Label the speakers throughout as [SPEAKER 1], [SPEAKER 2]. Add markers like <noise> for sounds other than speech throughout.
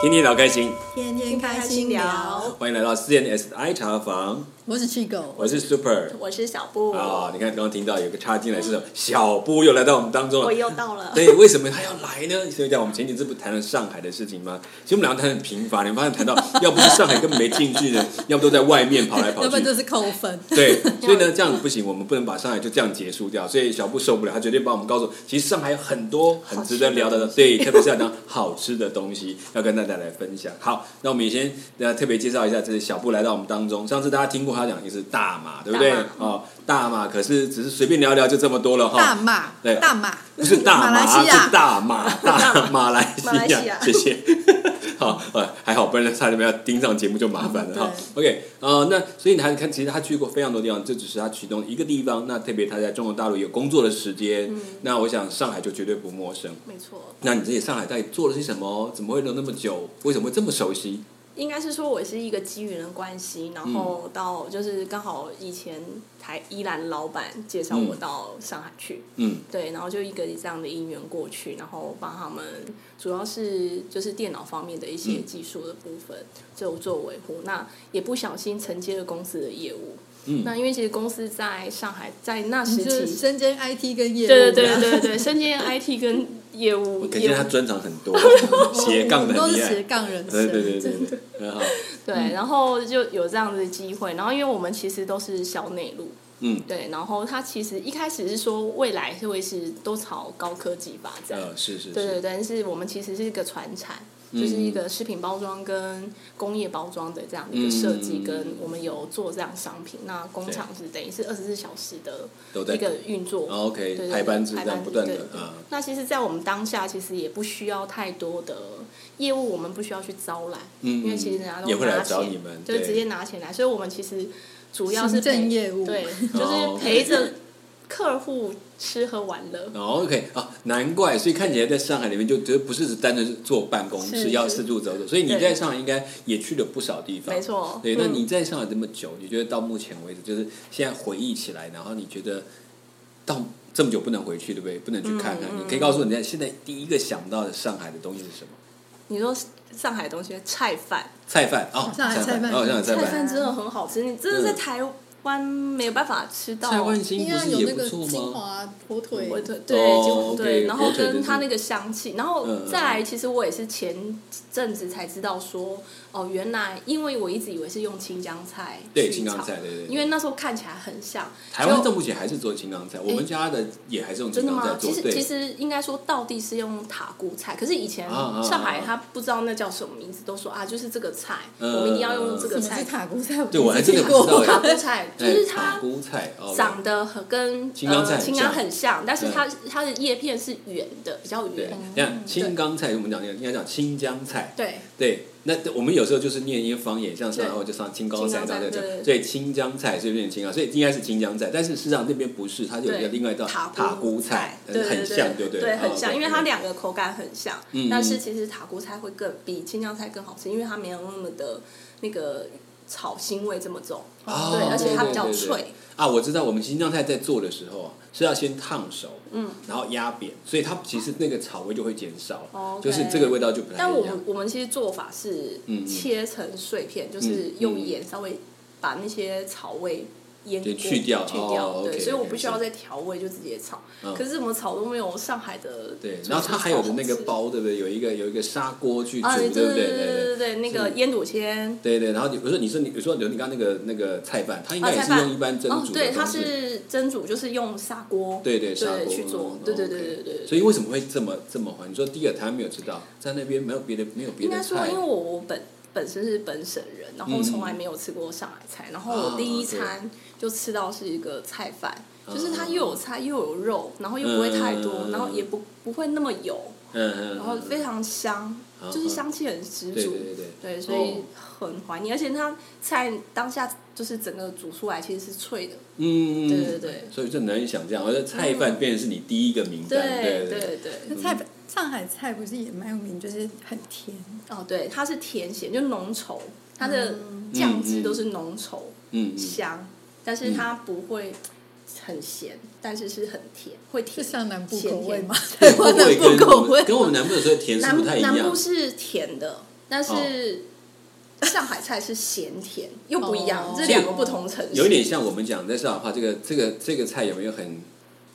[SPEAKER 1] 天天聊开心，
[SPEAKER 2] 天天开心聊。
[SPEAKER 1] 欢迎来到 CNSI 茶房，
[SPEAKER 3] 我是气狗，
[SPEAKER 1] 我是 Super
[SPEAKER 2] 我是小布，
[SPEAKER 1] 啊、你看刚刚听到有个插进来是什么？小布又来到我们当中
[SPEAKER 2] 我
[SPEAKER 1] 了。
[SPEAKER 2] 哦又到了。
[SPEAKER 1] 对，为什么他要来呢？所以讲我们前几次不谈了上海的事情吗？其实我们两个谈得很频繁，你们发现谈到要不是上海根本没进去呢，要不都在外面跑来跑
[SPEAKER 3] 要不然
[SPEAKER 1] 去。
[SPEAKER 3] 就是扣分。
[SPEAKER 1] <laughs> 对，所以呢，这样不行，我们不能把上海就这样结束掉。所以小布受不了，他决定帮我们告诉，其实上海有很多很值得聊的，对，特别是要讲好吃的东西，要跟大家来分享。好，那我们也先呃特别介绍一下，这是小布来到我们当中。上次大家听过他讲一个是大马，对不对
[SPEAKER 2] 大？
[SPEAKER 1] 哦，大马，可是只是随便聊聊就这么多了哈。
[SPEAKER 3] 大马
[SPEAKER 1] 对，
[SPEAKER 3] 大马
[SPEAKER 1] 不是大
[SPEAKER 3] 马
[SPEAKER 1] 马，啊
[SPEAKER 3] 来西亚
[SPEAKER 1] 是大马，大马来
[SPEAKER 2] 马
[SPEAKER 1] 西
[SPEAKER 2] 来西
[SPEAKER 1] 亚
[SPEAKER 2] 亚，
[SPEAKER 1] 谢谢。 <laughs> 好，呃，还好，不然差点要盯上节目就麻烦了哈。OK，呃，那所以你看，看，其实他去过非常多地方，这只是他其中一个地方。那特别他在中国大陆有工作的时间，那我想上海就绝对不陌生。
[SPEAKER 2] 没错，
[SPEAKER 1] 那你自己上海到底做了些什么？怎么会留那么久？为什么会这么熟悉？
[SPEAKER 2] 应该是说我是一个机缘的关系，然后到就是刚好以前台依兰老板介绍我
[SPEAKER 1] 嗯
[SPEAKER 2] 到上海去，
[SPEAKER 1] 嗯
[SPEAKER 2] 对，然后就一个这样的因缘过去，然后帮他们主要是就是电脑方面的一些
[SPEAKER 1] 嗯
[SPEAKER 2] 技术的部分就做维护，那也不小心承接了公司的业务。
[SPEAKER 1] 嗯
[SPEAKER 2] 那因为其实公司在上海，在那时
[SPEAKER 3] 你就是
[SPEAKER 2] 期，
[SPEAKER 3] 身兼 IT 跟业务，
[SPEAKER 2] 对对对对 <laughs> 对，身兼 IT 跟业务，
[SPEAKER 1] 我可
[SPEAKER 2] 业
[SPEAKER 1] 见
[SPEAKER 2] 务
[SPEAKER 1] 他专长很多，
[SPEAKER 3] 我们
[SPEAKER 1] 斜杠的
[SPEAKER 3] 都
[SPEAKER 1] 很厉
[SPEAKER 3] 是
[SPEAKER 1] 害
[SPEAKER 3] 斜。杠人
[SPEAKER 1] 对
[SPEAKER 3] 生，
[SPEAKER 1] 对对对对，很好。
[SPEAKER 2] 对，
[SPEAKER 1] 嗯
[SPEAKER 2] 然后就有这样的机会，然后因为我们其实都是小内陆，
[SPEAKER 1] 嗯，
[SPEAKER 2] 对，然后他其实一开始是说未来是会是都朝高科技发展，
[SPEAKER 1] 呃，是是
[SPEAKER 2] 对
[SPEAKER 1] 是，嗯
[SPEAKER 2] 对对，但是我们其实是一个传产，就是一个食品包装跟工业包装的这样的一个设计，
[SPEAKER 1] 嗯
[SPEAKER 2] 跟我们有做这样商品，那工厂是等于是二十四小时的
[SPEAKER 1] 都在
[SPEAKER 2] 一个运作，
[SPEAKER 1] 哦
[SPEAKER 2] 对对
[SPEAKER 1] OK，
[SPEAKER 2] 对
[SPEAKER 1] 排班制
[SPEAKER 2] 排
[SPEAKER 1] 这样
[SPEAKER 2] 班
[SPEAKER 1] 不
[SPEAKER 2] 制
[SPEAKER 1] 断
[SPEAKER 2] 对
[SPEAKER 1] 的
[SPEAKER 2] 对对
[SPEAKER 1] 啊，
[SPEAKER 2] 那其实，在我们当下，其实也不需要太多的业务，我们不需要去招揽，
[SPEAKER 1] 嗯
[SPEAKER 2] 因为其实人家都
[SPEAKER 1] 也会来
[SPEAKER 2] 拿
[SPEAKER 1] 找
[SPEAKER 2] 钱
[SPEAKER 1] 你们
[SPEAKER 2] 就是
[SPEAKER 1] 对
[SPEAKER 2] 直接拿钱来，所以我们其实主要是
[SPEAKER 3] 行政
[SPEAKER 2] 陪
[SPEAKER 3] 业务
[SPEAKER 1] <laughs>
[SPEAKER 2] 对，
[SPEAKER 1] 哦
[SPEAKER 2] 就是陪着客户吃喝玩乐。
[SPEAKER 1] 哦，OK 啊，难怪，所以看起来在上海里面就觉得不是只单纯是坐办公室，
[SPEAKER 3] 是
[SPEAKER 1] 要
[SPEAKER 2] 是
[SPEAKER 1] 四处走走。所以你
[SPEAKER 2] 对
[SPEAKER 1] 在上海应该也去了不少地方，
[SPEAKER 2] 没错
[SPEAKER 1] 对，那
[SPEAKER 2] 嗯
[SPEAKER 1] 你在上海这么久，你觉得到目前为止，就是现在回忆起来，然后你觉得到这么久不能回去，对不对？不能去看看，
[SPEAKER 2] 嗯嗯
[SPEAKER 1] 你可以告诉我，你在现在第一个想到的上海的东西是什么？
[SPEAKER 2] 你说上海的东西菜饭，
[SPEAKER 1] 菜饭哦，
[SPEAKER 3] 上海
[SPEAKER 1] 菜
[SPEAKER 3] 菜饭
[SPEAKER 1] 哦，上海菜
[SPEAKER 2] 菜
[SPEAKER 1] 饭。嗯
[SPEAKER 2] 饭真的很好吃，你真的在台湾没有办法吃到。
[SPEAKER 1] 蔡万兴
[SPEAKER 3] 应
[SPEAKER 1] 不
[SPEAKER 3] 该
[SPEAKER 1] 是
[SPEAKER 3] 有
[SPEAKER 1] 也
[SPEAKER 3] 那
[SPEAKER 1] 不
[SPEAKER 3] 个
[SPEAKER 1] 错
[SPEAKER 3] 金
[SPEAKER 1] 吗？
[SPEAKER 3] 华火腿，
[SPEAKER 2] 我对
[SPEAKER 1] 哦
[SPEAKER 2] 对就
[SPEAKER 1] OK，
[SPEAKER 2] 对，然后
[SPEAKER 1] 火腿就
[SPEAKER 2] 跟
[SPEAKER 1] 是
[SPEAKER 2] 它那个香气，然后
[SPEAKER 1] 嗯嗯
[SPEAKER 2] 再来，其实我也是前阵子才知道说，哦，原来因为我一直以为是用青江菜
[SPEAKER 1] 对，
[SPEAKER 2] 去
[SPEAKER 1] 青冈
[SPEAKER 2] 炒
[SPEAKER 1] 菜，对对对。
[SPEAKER 2] 因为那时候看起来很像
[SPEAKER 1] 台湾
[SPEAKER 2] 就
[SPEAKER 1] 到目前还是做青冈菜，我们家的也还是用青
[SPEAKER 2] 真的
[SPEAKER 1] 冈菜
[SPEAKER 2] 吗？
[SPEAKER 1] 做
[SPEAKER 2] 其。实
[SPEAKER 1] 对
[SPEAKER 2] 其实应该说，道地是用塔菇菜，可是以前
[SPEAKER 1] 啊啊啊
[SPEAKER 2] 上海他不知道那叫什么名字，都说啊，就是这个菜，
[SPEAKER 1] 嗯
[SPEAKER 2] 我们一定要用这
[SPEAKER 3] 什
[SPEAKER 2] 个
[SPEAKER 3] 么
[SPEAKER 2] 菜
[SPEAKER 3] 是。塔菇菜？
[SPEAKER 1] 对我还真的
[SPEAKER 3] 没
[SPEAKER 1] 不
[SPEAKER 3] 听
[SPEAKER 1] 知道
[SPEAKER 3] 过
[SPEAKER 1] 哎
[SPEAKER 2] 塔菇菜就
[SPEAKER 1] 哎
[SPEAKER 2] 是
[SPEAKER 1] 塔
[SPEAKER 2] 它
[SPEAKER 1] 菇菜哦，
[SPEAKER 2] 长得很跟
[SPEAKER 1] 青冈菜
[SPEAKER 2] 呃
[SPEAKER 1] 很
[SPEAKER 2] 青
[SPEAKER 1] 像嗯
[SPEAKER 2] 冈很像，但是它它的叶片是圆的，比较
[SPEAKER 1] 对
[SPEAKER 2] 圆。，
[SPEAKER 1] 这样青冈菜我们讲应该讲青江菜。
[SPEAKER 2] 对，
[SPEAKER 1] 对，那我们有时候就是念一些方言，像上海话就上青高菜，
[SPEAKER 2] 青冈
[SPEAKER 1] 然
[SPEAKER 2] 菜
[SPEAKER 1] 后就
[SPEAKER 2] 对
[SPEAKER 1] 所以青江菜是有点青冈，所以应该是青江菜，但是事实上那边不是，它有一个
[SPEAKER 2] 对
[SPEAKER 1] 另外一道
[SPEAKER 2] 塔
[SPEAKER 1] 塔菇
[SPEAKER 2] 菜
[SPEAKER 1] 菜，，但是很像，对
[SPEAKER 2] 对
[SPEAKER 1] 不对？
[SPEAKER 2] 对，
[SPEAKER 1] 哦
[SPEAKER 2] 很像，因为它
[SPEAKER 1] 对
[SPEAKER 2] 两个口感很像
[SPEAKER 1] 嗯，
[SPEAKER 2] 但是其实塔菇菜会更比青江菜更好吃，因为它没有那么的那个草腥味这么重，
[SPEAKER 1] 哦
[SPEAKER 2] 对，而且它比较
[SPEAKER 1] 对对对
[SPEAKER 2] 脆。
[SPEAKER 1] 啊，我知道我们青江菜在做的时候啊，是要先烫熟，嗯，然后压扁，所以它其实那个草味就会减少，
[SPEAKER 2] 哦，OK
[SPEAKER 1] 就是这个味道就不太一样。
[SPEAKER 2] 但我们我们其实做法是
[SPEAKER 1] 呃嗯嗯嗯
[SPEAKER 2] 切成碎片，就是用盐稍微把那些草味腌过
[SPEAKER 1] 就去掉
[SPEAKER 2] 去掉，
[SPEAKER 1] 哦
[SPEAKER 2] 对，
[SPEAKER 1] OK，
[SPEAKER 2] 所以我
[SPEAKER 1] OK，
[SPEAKER 2] 不需要再调味，就直接炒。
[SPEAKER 1] 嗯
[SPEAKER 2] 可是怎么炒都没有上海的
[SPEAKER 1] 对，
[SPEAKER 2] 厨
[SPEAKER 1] 然后它还有
[SPEAKER 2] 师
[SPEAKER 1] 的那个
[SPEAKER 2] 炒好吃。
[SPEAKER 1] 包，对不对？有一个有一个砂锅去煮，
[SPEAKER 2] 啊，
[SPEAKER 1] 对
[SPEAKER 2] 对
[SPEAKER 1] 不
[SPEAKER 2] 对
[SPEAKER 1] 对？哎
[SPEAKER 2] 对
[SPEAKER 1] 对
[SPEAKER 2] 对
[SPEAKER 1] 对
[SPEAKER 2] 对对，那个腌笃鲜，
[SPEAKER 1] 对对。然后你不是你说你说你刚刚那个那个菜饭，它应
[SPEAKER 2] 啊
[SPEAKER 1] 该也
[SPEAKER 2] 菜
[SPEAKER 1] 是
[SPEAKER 2] 饭
[SPEAKER 1] 用一般蒸
[SPEAKER 2] 哦
[SPEAKER 1] 煮，
[SPEAKER 2] 对，
[SPEAKER 1] 的
[SPEAKER 2] 它
[SPEAKER 1] 方式，
[SPEAKER 2] 是蒸煮，就是用砂锅，
[SPEAKER 1] 对对砂锅
[SPEAKER 2] 去做
[SPEAKER 1] 嗯，
[SPEAKER 2] 对对对
[SPEAKER 1] ，OK
[SPEAKER 2] 对对对。
[SPEAKER 1] 所以为什么会这么这么火？你说第一个台湾没有吃到，在那边没有别的没有别
[SPEAKER 2] 应
[SPEAKER 1] 的
[SPEAKER 2] 该说，
[SPEAKER 1] 菜嗯
[SPEAKER 2] 因为，我我本本身是本省人，然后从来没有吃过上海菜，然后
[SPEAKER 1] 啊
[SPEAKER 2] 我第一餐就吃到是一个菜饭，就是它又有菜又有肉，然后又不会太多，
[SPEAKER 1] 嗯
[SPEAKER 2] 然后也不不会那么油，
[SPEAKER 1] 嗯嗯，
[SPEAKER 2] 然后非常香，
[SPEAKER 1] 嗯
[SPEAKER 2] 就是香气很十
[SPEAKER 1] 对
[SPEAKER 2] 足，
[SPEAKER 1] 对对对哦
[SPEAKER 2] 对，所以很怀念，而且它菜当下就是整个煮出来其实是脆的，
[SPEAKER 1] 嗯，
[SPEAKER 2] 对对对
[SPEAKER 1] 所以就难以想象，而且菜饭变成是你第一个名单，对
[SPEAKER 2] 对
[SPEAKER 1] 对，
[SPEAKER 2] 对。
[SPEAKER 3] 那菜上海菜不是也蛮有名，就是很甜，
[SPEAKER 2] 哦，对，它是甜咸，就浓稠，它的酱汁都是浓稠、
[SPEAKER 1] 嗯
[SPEAKER 2] <laughs>
[SPEAKER 1] 嗯，
[SPEAKER 2] 香，但是它不会很咸，但是是很甜，会
[SPEAKER 3] 是
[SPEAKER 2] 甜。
[SPEAKER 3] 上南部口味吗？
[SPEAKER 1] 对
[SPEAKER 3] 台湾南部口味
[SPEAKER 1] 跟我们南部的时候甜是
[SPEAKER 2] 南
[SPEAKER 1] 不太一
[SPEAKER 2] 南
[SPEAKER 1] 样哦
[SPEAKER 2] 部，是甜的，但是上海菜是咸
[SPEAKER 3] <laughs>
[SPEAKER 2] 甜，又不一样
[SPEAKER 3] 哦，
[SPEAKER 2] 这两个不同城市，
[SPEAKER 1] 有一点像我们讲在上海话，这个这个这个菜有没有很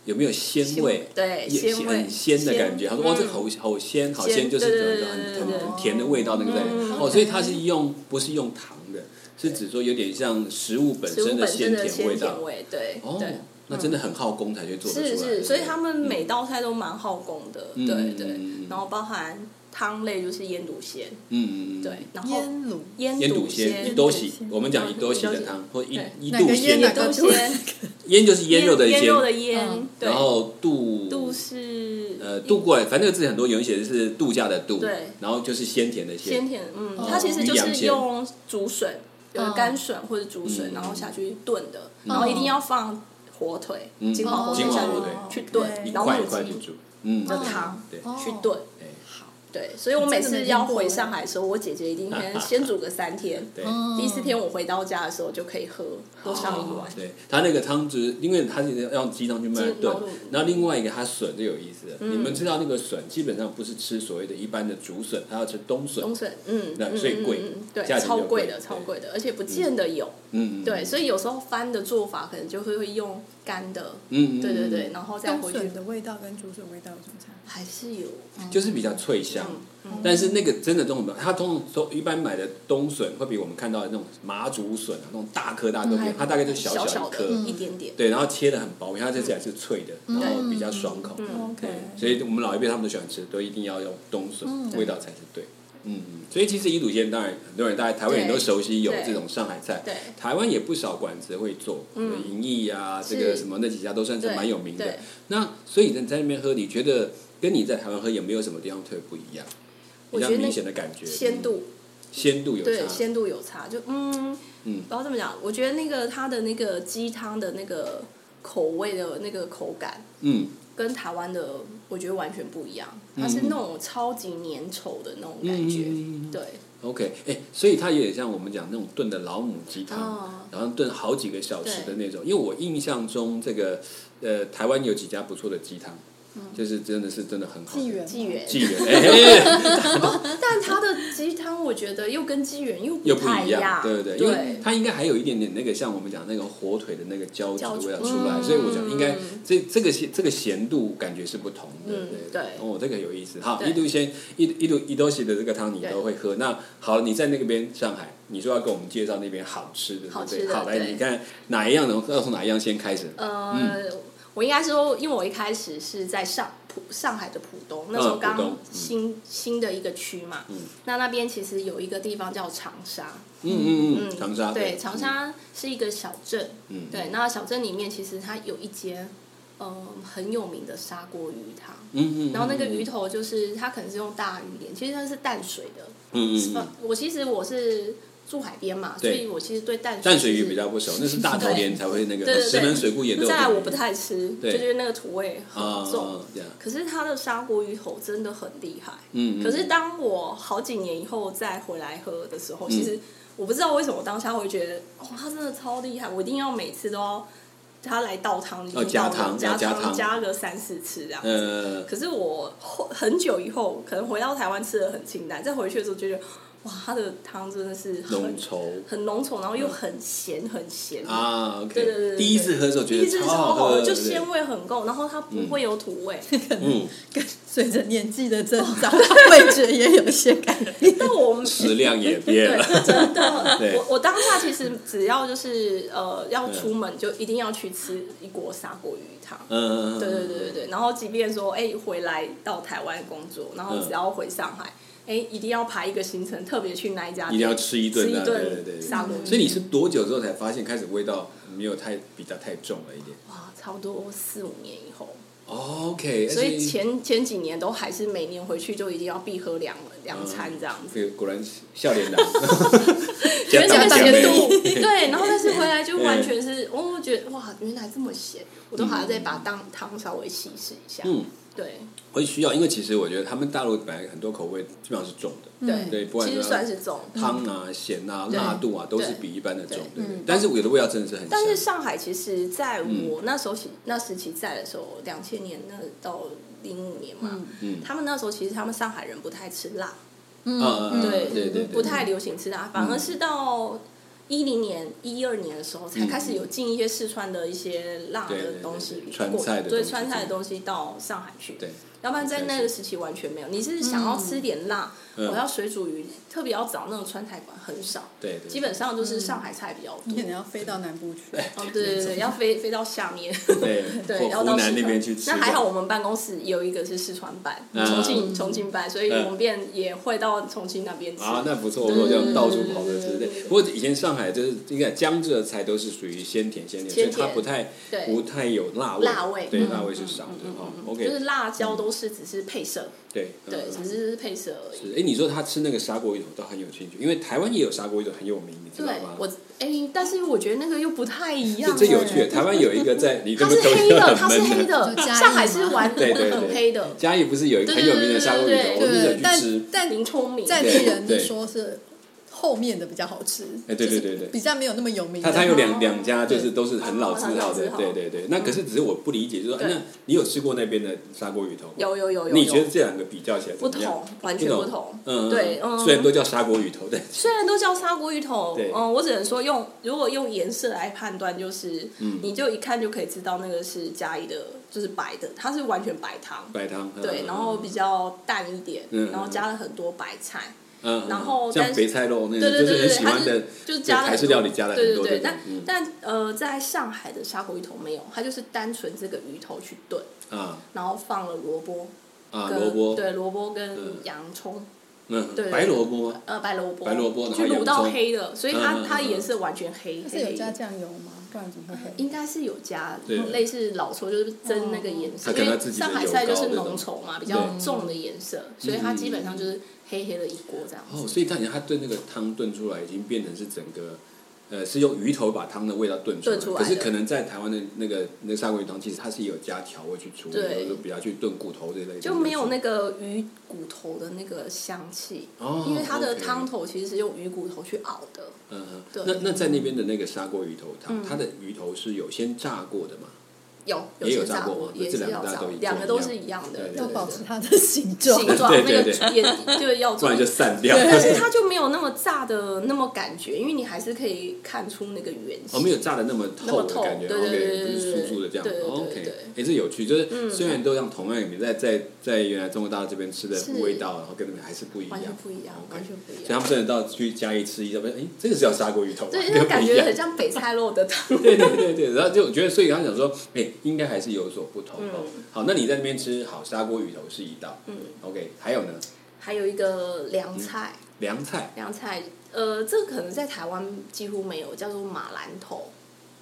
[SPEAKER 1] 有没有鲜味？
[SPEAKER 2] 对
[SPEAKER 1] 也
[SPEAKER 2] 鲜味
[SPEAKER 1] 很鲜的感觉。他说：“哦哇，这
[SPEAKER 2] 嗯
[SPEAKER 1] 好好鲜，好
[SPEAKER 2] 鲜
[SPEAKER 1] 鲜，就是
[SPEAKER 2] 对对
[SPEAKER 1] 有一种
[SPEAKER 2] 对
[SPEAKER 1] 很
[SPEAKER 2] 对对
[SPEAKER 1] 很很甜的味道那个在里面。
[SPEAKER 2] 嗯
[SPEAKER 1] 哦，所以它是用不是用糖的，是指说有点像食物本
[SPEAKER 2] 嗯食物
[SPEAKER 1] 身的
[SPEAKER 2] 本身
[SPEAKER 1] 鲜
[SPEAKER 2] 的
[SPEAKER 1] 甜
[SPEAKER 2] 鲜
[SPEAKER 1] 味道
[SPEAKER 2] 甜。味，对
[SPEAKER 1] 哦
[SPEAKER 2] 对，，
[SPEAKER 1] 那真的很耗工才去做得出来。
[SPEAKER 2] 是是，所以他们每
[SPEAKER 1] 嗯
[SPEAKER 2] 道菜都蛮好功的，
[SPEAKER 1] 嗯
[SPEAKER 2] 对
[SPEAKER 1] 嗯
[SPEAKER 2] 对
[SPEAKER 1] 嗯嗯。
[SPEAKER 2] 然后包含汤类就是腌卤鲜，
[SPEAKER 1] 嗯嗯嗯
[SPEAKER 2] 对，然后
[SPEAKER 4] 腌卤
[SPEAKER 2] 腌
[SPEAKER 1] 腌肚
[SPEAKER 2] 鲜
[SPEAKER 1] 鲜、一
[SPEAKER 3] 腌
[SPEAKER 1] 多
[SPEAKER 3] 肚
[SPEAKER 1] 喜，
[SPEAKER 3] 鲜
[SPEAKER 1] 我们讲一多喜的
[SPEAKER 2] 对
[SPEAKER 1] 汤，或一
[SPEAKER 2] 对
[SPEAKER 1] 一
[SPEAKER 3] 哪个
[SPEAKER 1] 肚
[SPEAKER 3] 腌
[SPEAKER 1] 鲜
[SPEAKER 3] 哪，
[SPEAKER 2] 肚
[SPEAKER 3] 个
[SPEAKER 2] 鲜，
[SPEAKER 1] 腌就是腌肉的
[SPEAKER 2] 腌
[SPEAKER 1] 腌
[SPEAKER 2] 肉，的腌
[SPEAKER 3] 嗯，
[SPEAKER 2] 对
[SPEAKER 1] 然，后肚
[SPEAKER 2] 度是
[SPEAKER 1] 呃渡过来，反正这个字很多，有人写的是度假的度，
[SPEAKER 2] 对
[SPEAKER 1] 然后就是鲜甜的
[SPEAKER 2] 鲜
[SPEAKER 1] 鲜，
[SPEAKER 2] 甜，嗯，
[SPEAKER 4] 哦
[SPEAKER 2] 它其实就
[SPEAKER 1] 鱼羊
[SPEAKER 2] 是
[SPEAKER 1] 鲜
[SPEAKER 2] 用竹笋，有的
[SPEAKER 4] 嗯
[SPEAKER 2] 干笋或者竹
[SPEAKER 1] 嗯
[SPEAKER 2] 笋，然后下去炖的，然
[SPEAKER 4] 哦
[SPEAKER 2] 后一定要放火腿
[SPEAKER 1] 嗯，
[SPEAKER 2] 金华火
[SPEAKER 1] 金
[SPEAKER 2] 腿
[SPEAKER 1] 华
[SPEAKER 2] 下
[SPEAKER 1] 火腿
[SPEAKER 2] 去去
[SPEAKER 1] 一
[SPEAKER 2] 炖，然后
[SPEAKER 1] 块一
[SPEAKER 2] 母
[SPEAKER 1] 块去
[SPEAKER 2] 鸡
[SPEAKER 1] 煮，嗯，
[SPEAKER 2] 的
[SPEAKER 1] 对
[SPEAKER 2] 汤
[SPEAKER 1] 对，
[SPEAKER 4] 哦
[SPEAKER 2] 去炖。
[SPEAKER 1] 哎
[SPEAKER 2] 对，所以我每次要回上海的时候，我姐姐一定先先煮个三天。
[SPEAKER 1] <laughs> 对。
[SPEAKER 4] 嗯
[SPEAKER 2] 第四天我回到家的时候就可以喝，喝哦上一碗。
[SPEAKER 1] 哦对，它那个汤汁，因为它是用鸡汤去慢慢
[SPEAKER 2] 鸡嗯
[SPEAKER 1] 炖
[SPEAKER 2] 毛肚，
[SPEAKER 1] 然后另外一个它笋就有意思了。你们知道那个笋基本上不是吃所谓的一般的竹笋，它要吃冬笋，
[SPEAKER 2] 冬笋，嗯，
[SPEAKER 1] 那
[SPEAKER 2] 嗯
[SPEAKER 1] 所以贵
[SPEAKER 2] 嗯嗯嗯对，
[SPEAKER 1] 价钱就
[SPEAKER 2] 超
[SPEAKER 1] 贵
[SPEAKER 2] 贵的，超
[SPEAKER 1] 对
[SPEAKER 2] 贵的，而且不见得有。
[SPEAKER 1] 嗯，嗯
[SPEAKER 2] 对，，所以有时候翻的做法可能就会会用干的，
[SPEAKER 1] 嗯，嗯
[SPEAKER 2] 对对对，，然后再
[SPEAKER 3] 冬
[SPEAKER 2] 回去
[SPEAKER 3] 笋的味道跟竹笋味道有什么差？
[SPEAKER 2] 还是有，
[SPEAKER 1] 嗯就是比较脆香。
[SPEAKER 2] 嗯嗯，
[SPEAKER 1] 但是那个真的冬笋，它通常都一般买的冬笋会比我们看到的那种麻竹笋啊，那种大颗大颗不一样，它大概就小
[SPEAKER 2] 嗯小
[SPEAKER 1] 小一颗，
[SPEAKER 2] 的嗯一点点。
[SPEAKER 1] 对，然后切的很薄，因为它这起来是脆的，然后比较爽口。
[SPEAKER 2] 嗯
[SPEAKER 3] 哦 OK
[SPEAKER 1] 对，所以我们老一辈他们都喜欢吃，都一定要用冬笋，味道才是对。嗯，嗯所以其实伊鲁鲜当然很多人，大家台湾人都熟悉有
[SPEAKER 2] 对
[SPEAKER 1] 这种上海菜，
[SPEAKER 2] 对
[SPEAKER 1] 台湾也不少馆子会做，
[SPEAKER 2] 嗯
[SPEAKER 1] 银翼啊，这
[SPEAKER 2] 是
[SPEAKER 1] 个什么那几家都算是
[SPEAKER 2] 对
[SPEAKER 1] 蛮有名的
[SPEAKER 2] 对。
[SPEAKER 1] 那所以你在那边喝，你觉得跟你在台湾喝有没有什么地方特别不一样？比
[SPEAKER 2] 我
[SPEAKER 1] 较
[SPEAKER 2] 觉得那
[SPEAKER 1] 明显的感觉，
[SPEAKER 2] 鲜
[SPEAKER 1] 嗯
[SPEAKER 2] 度，
[SPEAKER 1] 鲜度有
[SPEAKER 2] 对，
[SPEAKER 1] 差，
[SPEAKER 2] 鲜度有差，就嗯，
[SPEAKER 1] 嗯
[SPEAKER 2] 不知道怎么讲，我觉得那个它的那个鸡汤的那个口味的那个口感，
[SPEAKER 1] 嗯
[SPEAKER 2] 跟台湾的我觉得完全不一样，
[SPEAKER 1] 嗯
[SPEAKER 2] 它是那种超级粘稠的那种感觉，
[SPEAKER 1] 嗯
[SPEAKER 2] 对，
[SPEAKER 1] ，OK，哎，所以它有点像我们讲那种炖的老母鸡汤，
[SPEAKER 2] 哦
[SPEAKER 1] 然后炖好几个小时的那种。因为我印象中，这个呃，台湾有几家不错的鸡汤，
[SPEAKER 2] 嗯
[SPEAKER 1] 就是真的是真的很好。
[SPEAKER 3] 纪元，
[SPEAKER 2] 纪元，
[SPEAKER 1] 纪元，哎，
[SPEAKER 2] 但它的鸡汤我觉得又跟鸡元又
[SPEAKER 1] 又
[SPEAKER 2] 不
[SPEAKER 1] 不
[SPEAKER 2] 太
[SPEAKER 1] 一样，对不对？
[SPEAKER 2] 对，
[SPEAKER 1] 因为它应该还有一点点那个像我们讲那个火腿的那个焦
[SPEAKER 2] 焦
[SPEAKER 1] 的味道
[SPEAKER 2] 灼
[SPEAKER 1] 出来，
[SPEAKER 2] 嗯
[SPEAKER 1] 所以我想应该这这个咸这个咸度感觉是不同的，
[SPEAKER 2] 嗯
[SPEAKER 1] 对
[SPEAKER 2] 对
[SPEAKER 1] 哦，这个有意思。好，
[SPEAKER 2] 对
[SPEAKER 1] 一度先一一度一都西的这个汤你
[SPEAKER 2] 对
[SPEAKER 1] 都会喝，那好了，你在那个边上海，你说要给我们介绍那边好吃的，对
[SPEAKER 2] 好
[SPEAKER 1] 不对？
[SPEAKER 2] 吃的
[SPEAKER 1] 好，来
[SPEAKER 2] 对
[SPEAKER 1] 你看哪一样能要从哪一样先开始？
[SPEAKER 2] 呃，
[SPEAKER 1] 嗯
[SPEAKER 2] 我应该说，因为我一开始是在上浦上海的浦东，那时候
[SPEAKER 1] 浦东
[SPEAKER 2] 刚
[SPEAKER 1] 嗯
[SPEAKER 2] 新、新的一个区嘛，那那边其实有一个地方叫长沙，
[SPEAKER 1] 嗯嗯嗯，长沙
[SPEAKER 2] 对，长，沙是一个小镇，
[SPEAKER 1] 嗯嗯
[SPEAKER 2] 对，那小镇里面其实它有一间。嗯，很有名的砂锅鱼汤，
[SPEAKER 1] 嗯嗯，
[SPEAKER 2] 然后那个鱼
[SPEAKER 1] 头，
[SPEAKER 2] 头就是它可能是用大鱼连，其实它是淡水的。
[SPEAKER 1] 嗯嗯嗯
[SPEAKER 2] 放，我其实我是住海边嘛，所
[SPEAKER 1] 对
[SPEAKER 2] 以我其实对淡水
[SPEAKER 1] 淡水
[SPEAKER 2] 其
[SPEAKER 1] 鱼
[SPEAKER 2] 实
[SPEAKER 1] 比较不熟，那是大头鲢才会那
[SPEAKER 2] 对
[SPEAKER 1] 个，
[SPEAKER 2] 对对
[SPEAKER 1] 石门水库也都
[SPEAKER 2] 那
[SPEAKER 1] 有这
[SPEAKER 2] 再
[SPEAKER 1] 个。
[SPEAKER 2] 来我不太吃，
[SPEAKER 1] 对
[SPEAKER 2] 就觉得那个土味很
[SPEAKER 1] 啊，
[SPEAKER 2] 重。
[SPEAKER 1] 这样，
[SPEAKER 2] 可是它的砂锅鱼头真的很厉害。
[SPEAKER 1] 嗯，嗯
[SPEAKER 2] 可是当我好几年以后再回来喝的时候，
[SPEAKER 1] 嗯
[SPEAKER 2] 其实我不知道为什么我当下会觉得，哇、它真的超厉害，我一定要每次都要它来倒汤，
[SPEAKER 1] 要哦加
[SPEAKER 2] 倒
[SPEAKER 1] 汤要
[SPEAKER 2] 加
[SPEAKER 1] 加汤
[SPEAKER 2] 加个三四次这样。
[SPEAKER 1] 呃，
[SPEAKER 2] 可是我后很久以后，可能回到台湾吃的很清淡，再回去的时候就觉得，哇，它的汤真的是
[SPEAKER 1] 浓
[SPEAKER 2] 很
[SPEAKER 1] 稠
[SPEAKER 2] 很浓稠，然后又很咸，很咸
[SPEAKER 1] 啊，OK，
[SPEAKER 2] 对对对对
[SPEAKER 1] 第一次喝的时候觉
[SPEAKER 2] 第一
[SPEAKER 1] 得
[SPEAKER 2] 次
[SPEAKER 1] 超
[SPEAKER 2] 超好
[SPEAKER 1] 喝，
[SPEAKER 2] 就
[SPEAKER 1] 对不对
[SPEAKER 2] 鲜味很够，然后它不会有土味。
[SPEAKER 1] 嗯，
[SPEAKER 3] 随着年纪的增
[SPEAKER 2] <laughs>
[SPEAKER 3] 长，味觉也有一些改变。
[SPEAKER 2] 但
[SPEAKER 1] <laughs>
[SPEAKER 2] 我们
[SPEAKER 1] 食量也变了，
[SPEAKER 2] <laughs> 对真的，
[SPEAKER 1] 对
[SPEAKER 2] 我我当下其
[SPEAKER 1] <laughs>
[SPEAKER 2] 实只要就是呃要出门，就一定要去吃一锅砂锅鱼汤。
[SPEAKER 1] 嗯，
[SPEAKER 2] 对对对对对，然后即便说哎、回来到台湾工作，
[SPEAKER 1] 嗯
[SPEAKER 2] 然后只要回上海，哎、一定要排一个行程，特别去那一家
[SPEAKER 1] 一定
[SPEAKER 2] 店
[SPEAKER 1] 要吃一
[SPEAKER 2] 吃
[SPEAKER 1] 顿
[SPEAKER 2] 一
[SPEAKER 1] 啊，对对
[SPEAKER 2] 顿
[SPEAKER 1] 对对。
[SPEAKER 2] 砂锅鱼。
[SPEAKER 1] 所以你是多久之后才发现开始味道没有太比较太重了一点
[SPEAKER 2] 哇，差不多四五年以后，
[SPEAKER 1] 哦？OK，
[SPEAKER 2] 所以
[SPEAKER 1] 而且
[SPEAKER 2] 前前几年都还是每年回去就一定要必喝两
[SPEAKER 1] 嗯
[SPEAKER 2] 两餐这样子。
[SPEAKER 1] 这个果然是笑
[SPEAKER 2] <laughs>
[SPEAKER 1] 脸郎，
[SPEAKER 2] 觉得
[SPEAKER 1] <laughs>
[SPEAKER 2] 这个
[SPEAKER 1] 大姐妹嗯
[SPEAKER 2] 咸度，对，然后但是回来就完全是，哦，我觉得哇，原来这么咸，我都还要再把当汤稍微稀释一下。
[SPEAKER 1] 嗯，
[SPEAKER 2] 对
[SPEAKER 1] 会需要，因为其实我觉得他们大陆本来很多口味基本上是重的，
[SPEAKER 2] 对
[SPEAKER 1] 对不管
[SPEAKER 2] 嗯其
[SPEAKER 1] 怎
[SPEAKER 2] 实
[SPEAKER 1] 么
[SPEAKER 2] 算是重。
[SPEAKER 1] 汤啊、咸啊、
[SPEAKER 2] 对
[SPEAKER 1] 辣度啊，都是
[SPEAKER 2] 对
[SPEAKER 1] 比一般的重，对
[SPEAKER 2] 对
[SPEAKER 1] 对。但是有的味道真的是很香，
[SPEAKER 2] 但是上海其实在
[SPEAKER 1] 嗯
[SPEAKER 2] 我那时候起那时期在的时候，两千年那到零五年嘛，
[SPEAKER 1] 嗯
[SPEAKER 2] 他们那时候其实他们上海人不太吃辣，
[SPEAKER 1] 嗯嗯
[SPEAKER 2] 对
[SPEAKER 1] 对对对，嗯
[SPEAKER 2] 不太流行吃它，反而是到一零年、一二年的时候才开始有进一些四川的一些辣
[SPEAKER 1] 嗯对对
[SPEAKER 2] 的
[SPEAKER 1] 对
[SPEAKER 2] 东西
[SPEAKER 1] 对
[SPEAKER 2] 过，
[SPEAKER 1] 川菜的
[SPEAKER 2] 对
[SPEAKER 1] 东西
[SPEAKER 2] 川菜的
[SPEAKER 1] 对
[SPEAKER 2] 东西到上海去。
[SPEAKER 1] 对，
[SPEAKER 2] 要不然在那个时期完全没有。你是想要吃点辣，
[SPEAKER 1] 嗯
[SPEAKER 2] 我要水煮鱼，特别要找那种川菜馆很少，
[SPEAKER 1] 对嗯对对
[SPEAKER 2] 基本上就是上海菜比较
[SPEAKER 3] 你
[SPEAKER 2] 多
[SPEAKER 3] 可。能要飞到南部去。
[SPEAKER 2] 哦，对对对，要飞飞到
[SPEAKER 1] <laughs>
[SPEAKER 2] 下面，
[SPEAKER 1] 对
[SPEAKER 2] 对，
[SPEAKER 1] 或
[SPEAKER 2] 要
[SPEAKER 1] 湖
[SPEAKER 2] 到
[SPEAKER 1] 南
[SPEAKER 2] 四
[SPEAKER 1] 那
[SPEAKER 2] 川
[SPEAKER 1] 边去吃。
[SPEAKER 2] 那还好，我们办公室有一个是四川办，
[SPEAKER 1] 嗯
[SPEAKER 2] 重庆重庆办，所以我们便也会到重庆那边吃。
[SPEAKER 1] 啊，那不错，我说这样到处跑着
[SPEAKER 2] 对
[SPEAKER 1] 吃
[SPEAKER 2] 对对对
[SPEAKER 1] 对。不过以前上海就是应该江浙菜都是属于鲜甜鲜甜，所以
[SPEAKER 2] 鲜
[SPEAKER 1] 它
[SPEAKER 2] 甜
[SPEAKER 1] 不太
[SPEAKER 2] 对
[SPEAKER 1] 不太有辣味，
[SPEAKER 2] 辣味
[SPEAKER 1] 对
[SPEAKER 2] 嗯
[SPEAKER 1] 辣味是少的哈。
[SPEAKER 2] 就是
[SPEAKER 1] 哦 OK，
[SPEAKER 2] 辣椒都是只是配色，
[SPEAKER 1] 对
[SPEAKER 2] 对，
[SPEAKER 1] 嗯
[SPEAKER 2] 只是配色而已。
[SPEAKER 1] 是哎，你说他吃那个砂锅鱼头，我倒很有兴趣，因为台湾也有砂锅鱼头很有名，你知
[SPEAKER 2] 对
[SPEAKER 1] 道吗？，
[SPEAKER 2] 我哎，但是我觉得那个又不太一样哎
[SPEAKER 1] 这。这有
[SPEAKER 3] 对
[SPEAKER 1] 趣，台湾有一个在你这
[SPEAKER 2] 它
[SPEAKER 1] 么
[SPEAKER 2] 是
[SPEAKER 1] 东
[SPEAKER 2] 黑
[SPEAKER 1] 西
[SPEAKER 2] 的，它是
[SPEAKER 1] 很
[SPEAKER 2] 黑
[SPEAKER 1] 闷的，
[SPEAKER 2] 的
[SPEAKER 3] 就，嘉义
[SPEAKER 2] 上海是玩
[SPEAKER 1] 对
[SPEAKER 2] 玩
[SPEAKER 1] 对
[SPEAKER 2] 的
[SPEAKER 1] 对，
[SPEAKER 2] 很黑的。
[SPEAKER 1] 嘉义不是有一个很有名的砂锅鱼头，我
[SPEAKER 2] 对
[SPEAKER 1] 很
[SPEAKER 2] 对
[SPEAKER 1] 想去
[SPEAKER 3] 但
[SPEAKER 1] 吃。
[SPEAKER 3] 但
[SPEAKER 2] 林聪明，
[SPEAKER 3] 在
[SPEAKER 1] 对
[SPEAKER 3] 地人
[SPEAKER 1] 对
[SPEAKER 3] 说是后面的比较好吃，
[SPEAKER 1] 哎对对对
[SPEAKER 3] 就是
[SPEAKER 1] 对
[SPEAKER 3] 比较没有那么有名
[SPEAKER 1] 它
[SPEAKER 3] 的。
[SPEAKER 1] 它有
[SPEAKER 2] 哦
[SPEAKER 1] 两两家，就是都是很老
[SPEAKER 2] 哦
[SPEAKER 1] 字
[SPEAKER 2] 很
[SPEAKER 1] 号
[SPEAKER 2] 老
[SPEAKER 1] 的
[SPEAKER 2] 字，号嗯
[SPEAKER 1] 对对对。那可是只是我不理解，就是说，哎
[SPEAKER 2] 对
[SPEAKER 1] 那你有吃过那边的砂锅鱼头吗？
[SPEAKER 2] 有有有有有，
[SPEAKER 1] 你觉得这两个比较起来
[SPEAKER 2] 不
[SPEAKER 1] 怎么样
[SPEAKER 2] 同？，完全不同。
[SPEAKER 1] 嗯，
[SPEAKER 2] 对，嗯，
[SPEAKER 1] 虽然都叫砂锅鱼头， <laughs> 但是
[SPEAKER 2] 虽然都叫砂锅鱼头
[SPEAKER 1] 对，
[SPEAKER 2] 嗯，我只能说用如果用颜色来判断，就是、
[SPEAKER 1] 嗯
[SPEAKER 2] 你就一看就可以知道那个是嘉义的，就是白的，它是完全白汤，
[SPEAKER 1] 白汤。嗯
[SPEAKER 2] 对，然后比较淡一点，
[SPEAKER 1] 嗯
[SPEAKER 2] 然后加了很多白菜，
[SPEAKER 1] 嗯，嗯
[SPEAKER 2] 然后但
[SPEAKER 1] 像
[SPEAKER 2] 是
[SPEAKER 1] 肥菜肉那
[SPEAKER 2] 对
[SPEAKER 1] 种，
[SPEAKER 2] 对
[SPEAKER 1] 就是很
[SPEAKER 2] 对对，
[SPEAKER 1] 喜
[SPEAKER 2] 它
[SPEAKER 1] 欢
[SPEAKER 2] 是
[SPEAKER 1] 的，
[SPEAKER 2] 就是加了
[SPEAKER 1] 台式
[SPEAKER 2] 很多
[SPEAKER 1] 料理加了很
[SPEAKER 2] 对
[SPEAKER 1] 多这
[SPEAKER 2] 对
[SPEAKER 1] 种
[SPEAKER 2] 对，但、
[SPEAKER 1] 嗯
[SPEAKER 2] 但呃，在上海的砂锅鱼头没有，它就是单纯这个鱼头去炖，
[SPEAKER 1] 啊
[SPEAKER 2] 然后放了萝卜
[SPEAKER 1] 啊
[SPEAKER 2] 跟
[SPEAKER 1] 萝卜，
[SPEAKER 2] 对萝卜
[SPEAKER 1] 嗯
[SPEAKER 2] 跟洋葱，
[SPEAKER 1] 嗯
[SPEAKER 2] 对，对
[SPEAKER 1] 白萝卜吗？
[SPEAKER 2] 呃白萝卜，
[SPEAKER 1] 白萝卜然后
[SPEAKER 2] 去
[SPEAKER 1] 洋
[SPEAKER 2] 卤到
[SPEAKER 1] 葱
[SPEAKER 2] 黑的，所以
[SPEAKER 1] 嗯嗯
[SPEAKER 2] 它
[SPEAKER 1] 嗯
[SPEAKER 2] 它的
[SPEAKER 1] 嗯
[SPEAKER 2] 颜色完全黑
[SPEAKER 3] 它是有
[SPEAKER 2] 黑
[SPEAKER 3] 加
[SPEAKER 2] 的。
[SPEAKER 3] 酱油吗？不然怎么会黑？
[SPEAKER 2] 应该是有加
[SPEAKER 1] 对
[SPEAKER 2] 类似老抽，就是蒸那个颜
[SPEAKER 1] 它
[SPEAKER 2] 色，
[SPEAKER 1] 可能它
[SPEAKER 2] 因为
[SPEAKER 1] 自己的
[SPEAKER 2] 上海
[SPEAKER 1] 油
[SPEAKER 2] 菜就
[SPEAKER 1] 膏
[SPEAKER 2] 是
[SPEAKER 1] 那种
[SPEAKER 2] 浓稠嘛，比较
[SPEAKER 1] 对嗯
[SPEAKER 2] 重的颜色，所以它基本上就是黑黑的一锅这样
[SPEAKER 1] 哦，
[SPEAKER 2] 子。
[SPEAKER 1] 所以它你看它炖那个汤炖出来，已经变成是整个。呃，是用鱼头把汤的味道炖出来，
[SPEAKER 2] 炖出来
[SPEAKER 1] 可
[SPEAKER 2] 的
[SPEAKER 1] 是可能在台湾的那个那个砂锅鱼汤，其实它是有加调味去处理，
[SPEAKER 2] 对
[SPEAKER 1] 然后就比较去炖骨头这类的东西，
[SPEAKER 2] 就没有那个鱼骨头的那个香气，
[SPEAKER 1] 哦，
[SPEAKER 2] 因为它的
[SPEAKER 1] OK
[SPEAKER 2] 汤头其实是用鱼骨头去熬的。
[SPEAKER 1] 嗯哼
[SPEAKER 2] 对嗯
[SPEAKER 1] 那那在那边的那个砂锅鱼头汤，它的鱼头是有先炸过的嘛？
[SPEAKER 2] 有
[SPEAKER 1] 也有
[SPEAKER 2] 有些
[SPEAKER 1] 炸
[SPEAKER 2] 炸
[SPEAKER 1] 过
[SPEAKER 2] 过，
[SPEAKER 1] 对
[SPEAKER 2] 也
[SPEAKER 1] 这
[SPEAKER 2] 是
[SPEAKER 1] 两
[SPEAKER 2] 要
[SPEAKER 1] 个大
[SPEAKER 2] 炸
[SPEAKER 1] 都
[SPEAKER 2] 过
[SPEAKER 1] 一，
[SPEAKER 2] 两
[SPEAKER 1] 样
[SPEAKER 2] 个都
[SPEAKER 1] 一样
[SPEAKER 2] 是一样的
[SPEAKER 1] 对
[SPEAKER 3] 要
[SPEAKER 1] 对
[SPEAKER 3] 保持它的形状。
[SPEAKER 2] 呃形状，
[SPEAKER 1] 对
[SPEAKER 2] 那
[SPEAKER 1] 对
[SPEAKER 2] 个
[SPEAKER 1] 对
[SPEAKER 2] 也就是要
[SPEAKER 1] 不然
[SPEAKER 2] 做
[SPEAKER 1] 就散掉。
[SPEAKER 2] 但是它就没有那么炸的那么感觉，因为你还是可以看出那个原
[SPEAKER 1] <laughs> 哦，
[SPEAKER 2] 型。
[SPEAKER 1] 没有炸的那么
[SPEAKER 2] 那么
[SPEAKER 1] 的
[SPEAKER 2] 透
[SPEAKER 1] 感觉
[SPEAKER 2] 对对
[SPEAKER 1] ，OK，
[SPEAKER 2] 对
[SPEAKER 1] 不是
[SPEAKER 2] 对对
[SPEAKER 1] 酥酥的这样
[SPEAKER 2] 对对对
[SPEAKER 1] ，OK，
[SPEAKER 2] 对嗯
[SPEAKER 1] 哎，这有趣，就是虽然都像同样的名字，在在在原来中国大陆这边吃的
[SPEAKER 2] 是
[SPEAKER 1] 味道，然后跟那边还是不一样，
[SPEAKER 2] 完全不一样
[SPEAKER 1] 哦 OK
[SPEAKER 2] 完全不一样
[SPEAKER 1] 所以他们真的到去嘉义吃一下，发现哎，这个是叫砂锅鱼头啊，
[SPEAKER 2] 对，
[SPEAKER 1] 跟
[SPEAKER 2] 那
[SPEAKER 1] 不
[SPEAKER 2] 感
[SPEAKER 1] 一
[SPEAKER 2] 觉
[SPEAKER 1] 样
[SPEAKER 2] 很像北菜肉的汤。
[SPEAKER 1] 对
[SPEAKER 2] <laughs>
[SPEAKER 1] 对对对，然后就我觉得，所以刚刚讲说，哎、应该还是有所不同哦。好，那你在那边吃好砂锅鱼头是一道， <laughs> 嗯，OK，还有呢，
[SPEAKER 2] 还有一个凉菜，
[SPEAKER 1] 凉菜
[SPEAKER 2] 凉菜，呃，这个可能在台湾几乎没有，叫做马兰头，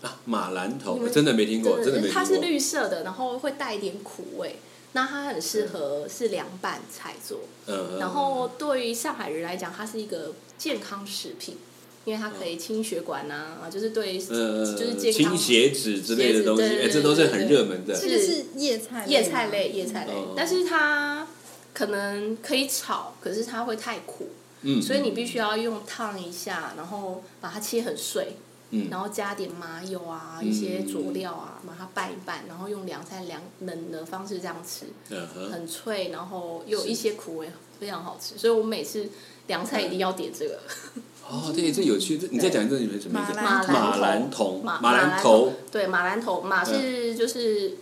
[SPEAKER 1] 啊，马兰头
[SPEAKER 2] 你们
[SPEAKER 1] 真的没听过，真的没
[SPEAKER 2] 是它
[SPEAKER 1] 听
[SPEAKER 2] 是
[SPEAKER 1] 过。
[SPEAKER 2] 绿色的，然后会带一点苦味，那它很适合是凉拌菜做。
[SPEAKER 1] 嗯，
[SPEAKER 2] 然后对于上海人来讲，它是一个健康食品，因为它可以清血管啊，就是对
[SPEAKER 1] 呃，
[SPEAKER 2] 就是健
[SPEAKER 1] 清
[SPEAKER 2] 康
[SPEAKER 1] 血脂之类的东西，
[SPEAKER 2] 血脂对对
[SPEAKER 1] 哎，
[SPEAKER 2] 对
[SPEAKER 1] 这都是很热门的。
[SPEAKER 3] <laughs> 这个是叶菜吗
[SPEAKER 2] 叶菜类，叶菜类
[SPEAKER 1] 哦，
[SPEAKER 2] 但是它可能可以炒，可是它会太苦，
[SPEAKER 1] 嗯，
[SPEAKER 2] 所以你必须要用烫一下，然后把它切很碎，
[SPEAKER 1] 嗯
[SPEAKER 2] 然后加点麻油啊，
[SPEAKER 1] 嗯
[SPEAKER 2] 一些佐料啊，把它拌一拌，然后用凉菜凉冷的方式这样吃，
[SPEAKER 1] 嗯哼，
[SPEAKER 2] 很脆，然后又有一些苦味，非常好吃。所以我每次凉菜一定要点这个
[SPEAKER 1] 哦，对，这有趣，这你再讲一阵你们什么意思？
[SPEAKER 3] 马兰
[SPEAKER 1] 马兰
[SPEAKER 2] 兰
[SPEAKER 1] 头，
[SPEAKER 2] 马
[SPEAKER 1] 马兰
[SPEAKER 2] 兰
[SPEAKER 1] 头，，
[SPEAKER 2] 对，马兰头，马是就是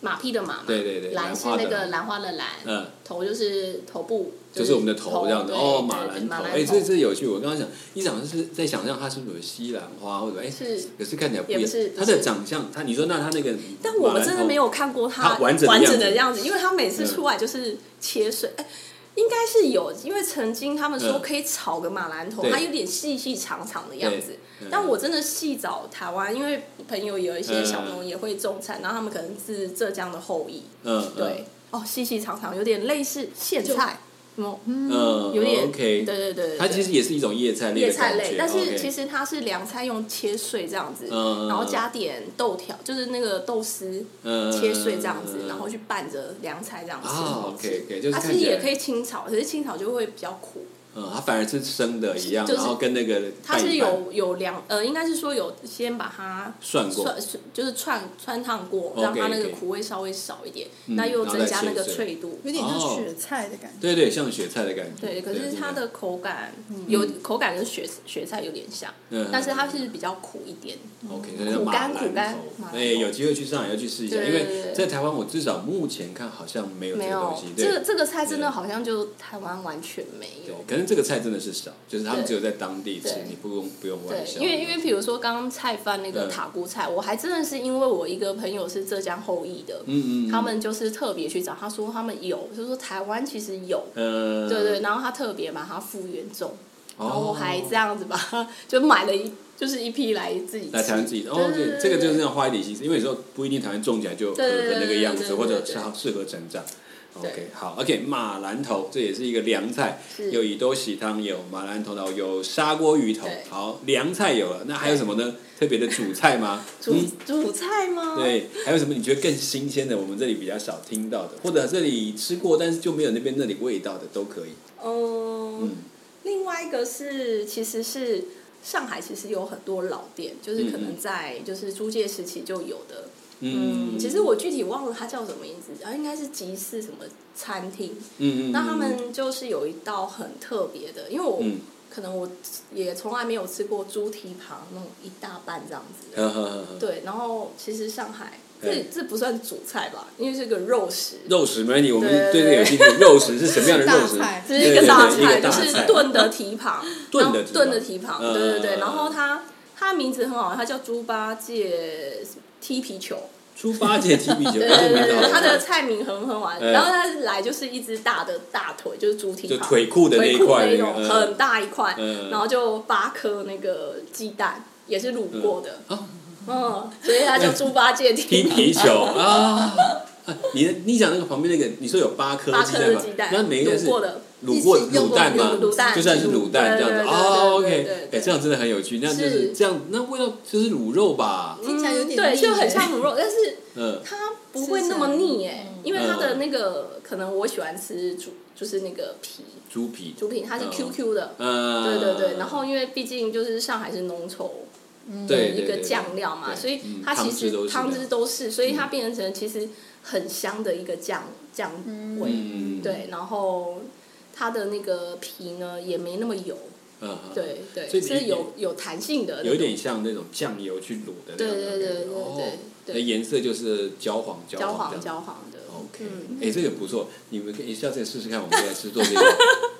[SPEAKER 2] 马屁的马嘛，
[SPEAKER 1] 对对对兰
[SPEAKER 2] 兰是
[SPEAKER 1] 花的
[SPEAKER 2] 那个
[SPEAKER 1] 兰
[SPEAKER 2] 兰花的兰，
[SPEAKER 1] 嗯，
[SPEAKER 2] 头就是头部，
[SPEAKER 1] 就是我们的头这样子。
[SPEAKER 2] 对
[SPEAKER 1] 哦，
[SPEAKER 2] 对
[SPEAKER 1] 马
[SPEAKER 2] 对
[SPEAKER 1] 兰头，
[SPEAKER 2] 马
[SPEAKER 1] 哎，这这有趣。我刚刚想，一想是在想象它是不是有西兰花或者哎，
[SPEAKER 2] 是，
[SPEAKER 1] 可是看起来不一
[SPEAKER 2] 也
[SPEAKER 1] 样
[SPEAKER 2] 不是。
[SPEAKER 1] 他的长相，他你说那他那个，
[SPEAKER 2] 但我们真的没。有看过
[SPEAKER 1] 它哦完
[SPEAKER 2] 完
[SPEAKER 1] 整的样子嗯
[SPEAKER 2] 整的样子，因为它每次出来就是切碎，哎、应该是有，因为曾经他们说
[SPEAKER 1] 嗯
[SPEAKER 2] 可以炒个马兰头，
[SPEAKER 1] 对
[SPEAKER 2] 它有点细细长长的样子
[SPEAKER 1] 对嗯。
[SPEAKER 2] 但我真的细找台湾，因为朋友有一些小农也会种菜，然后他们可能是浙江的后裔，
[SPEAKER 1] 嗯，
[SPEAKER 2] 对，哦，细细长长，有点类似苋菜，嗯，
[SPEAKER 1] 嗯，
[SPEAKER 2] 有点
[SPEAKER 1] OK。
[SPEAKER 2] 对对对对，
[SPEAKER 1] 它其
[SPEAKER 2] 对
[SPEAKER 1] 实也是一种叶菜类
[SPEAKER 2] 叶
[SPEAKER 1] 的
[SPEAKER 2] 菜
[SPEAKER 1] 感
[SPEAKER 2] 类
[SPEAKER 1] 觉，，
[SPEAKER 2] 但是其
[SPEAKER 1] 实
[SPEAKER 2] 实它是凉菜用切碎这样子，
[SPEAKER 1] 嗯
[SPEAKER 2] 然后加点豆条，就是那个豆丝切碎这样子，然后去拌着凉菜这样吃，
[SPEAKER 1] 嗯啊
[SPEAKER 2] 很好吃。
[SPEAKER 1] ，OK，OK，就是
[SPEAKER 2] 它
[SPEAKER 1] 看
[SPEAKER 2] 其
[SPEAKER 1] 起
[SPEAKER 2] 实
[SPEAKER 1] 来
[SPEAKER 2] 也可以清炒，可是清炒就会比较苦，
[SPEAKER 1] 嗯，它反而是生的一样，
[SPEAKER 2] 就是
[SPEAKER 1] 然后跟那个
[SPEAKER 2] 它
[SPEAKER 1] 拌
[SPEAKER 2] 是
[SPEAKER 1] 一拌
[SPEAKER 2] 有有凉，呃，应该是说有先把它
[SPEAKER 1] 涮过
[SPEAKER 2] 涮就是串穿烫过，
[SPEAKER 1] OK，
[SPEAKER 2] 让它那个
[SPEAKER 1] OK
[SPEAKER 2] 苦味稍微少一点，
[SPEAKER 1] 嗯
[SPEAKER 2] 那又
[SPEAKER 1] 然后
[SPEAKER 2] 增
[SPEAKER 1] 再
[SPEAKER 2] 加那
[SPEAKER 1] 切
[SPEAKER 2] 个
[SPEAKER 1] 碎
[SPEAKER 2] 脆度。
[SPEAKER 3] 有点像
[SPEAKER 1] 哦
[SPEAKER 3] 雪菜的感觉。
[SPEAKER 1] 对对，像雪菜的感觉。
[SPEAKER 2] 对，可是它
[SPEAKER 1] 对嗯
[SPEAKER 2] 的口感有口感跟雪雪菜有点像，
[SPEAKER 1] 嗯
[SPEAKER 2] 但是它是比较苦一点。
[SPEAKER 1] OK，它叫
[SPEAKER 2] 苦
[SPEAKER 1] 马
[SPEAKER 2] 干
[SPEAKER 1] 兰
[SPEAKER 2] 苦干
[SPEAKER 1] 头
[SPEAKER 2] 马兰头
[SPEAKER 1] 对，有机会去上海要去试一下，
[SPEAKER 2] 对
[SPEAKER 1] 因
[SPEAKER 2] 对
[SPEAKER 1] 为
[SPEAKER 2] 对
[SPEAKER 1] 在台湾我至少目前看好像没有这
[SPEAKER 2] 没
[SPEAKER 1] 个东
[SPEAKER 2] 有
[SPEAKER 1] 西。，
[SPEAKER 2] 这个
[SPEAKER 1] 对，
[SPEAKER 2] 这个菜真
[SPEAKER 1] 对
[SPEAKER 2] 的好像就台湾完全没
[SPEAKER 1] 对
[SPEAKER 2] 有。，
[SPEAKER 1] 可能这个菜真的是少，就是他们
[SPEAKER 2] 对
[SPEAKER 1] 只有在当地吃
[SPEAKER 2] 对，
[SPEAKER 1] 你不用不用外
[SPEAKER 2] 对，
[SPEAKER 1] 销。
[SPEAKER 2] 因为因为比如说刚刚菜饭那个
[SPEAKER 1] 对
[SPEAKER 2] 塔菇菜，我还真的是因为我一个朋友是浙江后裔的，
[SPEAKER 1] 嗯嗯嗯，
[SPEAKER 2] 他们就是特别去找，他说他们有，就是说台湾其实有，
[SPEAKER 1] 呃，
[SPEAKER 2] 对对，然后他特别把它复原种，
[SPEAKER 1] 哦，
[SPEAKER 2] 然后我还这样子把它就买了一就是一批来自己
[SPEAKER 1] 来
[SPEAKER 2] 吃
[SPEAKER 1] 台湾自己哦，
[SPEAKER 2] 对
[SPEAKER 1] 对，
[SPEAKER 2] 对
[SPEAKER 1] 这个就是要花一点心思，因为有时候不一定台湾种起来就合
[SPEAKER 2] 对对
[SPEAKER 1] 的那个样
[SPEAKER 2] 对
[SPEAKER 1] 子，
[SPEAKER 2] 对
[SPEAKER 1] 或者
[SPEAKER 2] 对
[SPEAKER 1] 适合适合成长。
[SPEAKER 2] 对
[SPEAKER 1] OK，好，OK，马兰头这也是一个凉菜，
[SPEAKER 2] 是
[SPEAKER 1] 有以兜喜汤，有马兰头头，有砂锅鱼头
[SPEAKER 2] 对。
[SPEAKER 1] 好，凉菜有了，那还有什么呢？特别的主菜吗？
[SPEAKER 2] 煮煮菜吗？
[SPEAKER 1] 嗯对，还有什么你觉得更新鲜的？我们这里比较少听到的，或者这里吃过但是就没有那边那里味道的都可以。嗯
[SPEAKER 2] 嗯，另外一个是，其实是上海其实有很多老店，就是可
[SPEAKER 1] 嗯
[SPEAKER 2] 能
[SPEAKER 1] 嗯
[SPEAKER 2] 在就是租界时期就有的。嗯，其实我具体忘了它叫什么名字，然后应该是集市什么餐厅。
[SPEAKER 1] 嗯嗯，
[SPEAKER 2] 那他
[SPEAKER 1] 嗯
[SPEAKER 2] 们就是有一道很特别的，因为我、
[SPEAKER 1] 嗯
[SPEAKER 2] 可能我也从来没有吃过猪蹄膀那种一大半这样子的。
[SPEAKER 1] 呵呵呵呵
[SPEAKER 2] 对，然后其实上海这
[SPEAKER 1] 对
[SPEAKER 2] 这不算主菜吧，因为是个肉食。 <laughs>
[SPEAKER 1] 肉食没问题，我们对
[SPEAKER 2] 对对
[SPEAKER 1] 这个有兴趣。肉食是什么样的肉食
[SPEAKER 3] 大？菜
[SPEAKER 2] 这是一个大
[SPEAKER 1] 对对对一
[SPEAKER 2] 菜，
[SPEAKER 1] 个大
[SPEAKER 2] 就
[SPEAKER 1] 菜
[SPEAKER 2] 是炖的蹄膀，
[SPEAKER 1] <laughs> 炖
[SPEAKER 2] 然
[SPEAKER 1] 的
[SPEAKER 2] 后
[SPEAKER 1] 蹄膀
[SPEAKER 2] 炖的蹄膀，
[SPEAKER 1] 嗯
[SPEAKER 2] 对对对。
[SPEAKER 1] 嗯
[SPEAKER 2] 然后它它的名字很好玩，它叫猪八戒踢皮球，
[SPEAKER 1] 猪八戒踢皮球，
[SPEAKER 2] 对
[SPEAKER 1] 这个
[SPEAKER 2] 对
[SPEAKER 1] 名
[SPEAKER 2] 对
[SPEAKER 1] 字好像
[SPEAKER 2] 对，它的菜名很很玩。
[SPEAKER 1] 嗯
[SPEAKER 2] 然后它来就是一只大的大腿，就是猪蹄
[SPEAKER 1] 就
[SPEAKER 2] 膀，
[SPEAKER 1] 腿裤的那一
[SPEAKER 2] 腿裤
[SPEAKER 1] 块
[SPEAKER 2] 那
[SPEAKER 1] 那
[SPEAKER 2] 种
[SPEAKER 1] 个，
[SPEAKER 2] 很大一块
[SPEAKER 1] 嗯，
[SPEAKER 2] 然后就八颗那个鸡蛋，也是卤过的，
[SPEAKER 1] 嗯哦
[SPEAKER 2] 嗯，所以它叫猪八戒踢
[SPEAKER 1] 踢
[SPEAKER 2] 皮
[SPEAKER 1] 皮球
[SPEAKER 2] <laughs>
[SPEAKER 1] 啊。啊你你讲那个旁边那个，你说有八颗
[SPEAKER 2] 八
[SPEAKER 1] 鸡
[SPEAKER 2] 颗
[SPEAKER 1] 蛋
[SPEAKER 2] 的
[SPEAKER 1] 吗
[SPEAKER 2] 鸡蛋，
[SPEAKER 1] 那每一个是
[SPEAKER 2] 卤过的，
[SPEAKER 1] 卤过
[SPEAKER 3] 一起用
[SPEAKER 1] 卤蛋吗？
[SPEAKER 2] 过卤蛋
[SPEAKER 1] 就算是卤蛋这样
[SPEAKER 2] 对对
[SPEAKER 1] 子
[SPEAKER 2] 对
[SPEAKER 1] 哦
[SPEAKER 2] 对对对
[SPEAKER 1] ，OK，
[SPEAKER 2] 对
[SPEAKER 1] 哎，
[SPEAKER 2] 对
[SPEAKER 1] 这样真的很有趣。那就是
[SPEAKER 2] 是
[SPEAKER 1] 这样，那味道就是卤肉吧？
[SPEAKER 3] 听起来有点
[SPEAKER 2] 嗯对，
[SPEAKER 3] 腻
[SPEAKER 2] 就很
[SPEAKER 3] 耶
[SPEAKER 2] 像卤肉，但是。
[SPEAKER 1] 嗯，
[SPEAKER 2] 它不会那么腻哎、
[SPEAKER 3] 吃
[SPEAKER 2] 因为它的那个可能我喜欢吃猪，就是那个皮
[SPEAKER 1] 猪皮，
[SPEAKER 2] 猪皮，它是
[SPEAKER 1] 嗯
[SPEAKER 2] QQ 的，
[SPEAKER 1] 嗯，
[SPEAKER 2] 对对对。然后因为毕竟就是上海是浓稠
[SPEAKER 1] 对对
[SPEAKER 2] 一个
[SPEAKER 1] 对
[SPEAKER 2] 酱料嘛，
[SPEAKER 1] 对
[SPEAKER 2] 所以
[SPEAKER 1] 嗯
[SPEAKER 2] 它其
[SPEAKER 1] 汤汁都是
[SPEAKER 2] 实
[SPEAKER 1] 嗯
[SPEAKER 2] 汤汁都是，所以它变成其实很香的一个酱酱味，
[SPEAKER 1] 嗯，
[SPEAKER 2] 对。然后它的那个皮呢也没那么油，
[SPEAKER 1] 嗯，嗯，
[SPEAKER 2] 对对，
[SPEAKER 1] 所以你
[SPEAKER 2] 是有有弹性的那种，
[SPEAKER 1] 有一点像那种酱油去卤的那种感觉，
[SPEAKER 2] 对对对对对
[SPEAKER 1] 哦
[SPEAKER 2] 对对
[SPEAKER 1] 那颜色就是焦黄焦
[SPEAKER 2] 焦
[SPEAKER 1] 黄这
[SPEAKER 2] 黄
[SPEAKER 1] 样子
[SPEAKER 2] 焦黄的
[SPEAKER 1] OK，
[SPEAKER 2] 嗯
[SPEAKER 1] 哎、这个不错，你们可以下次也试试看，我们再吃做这个。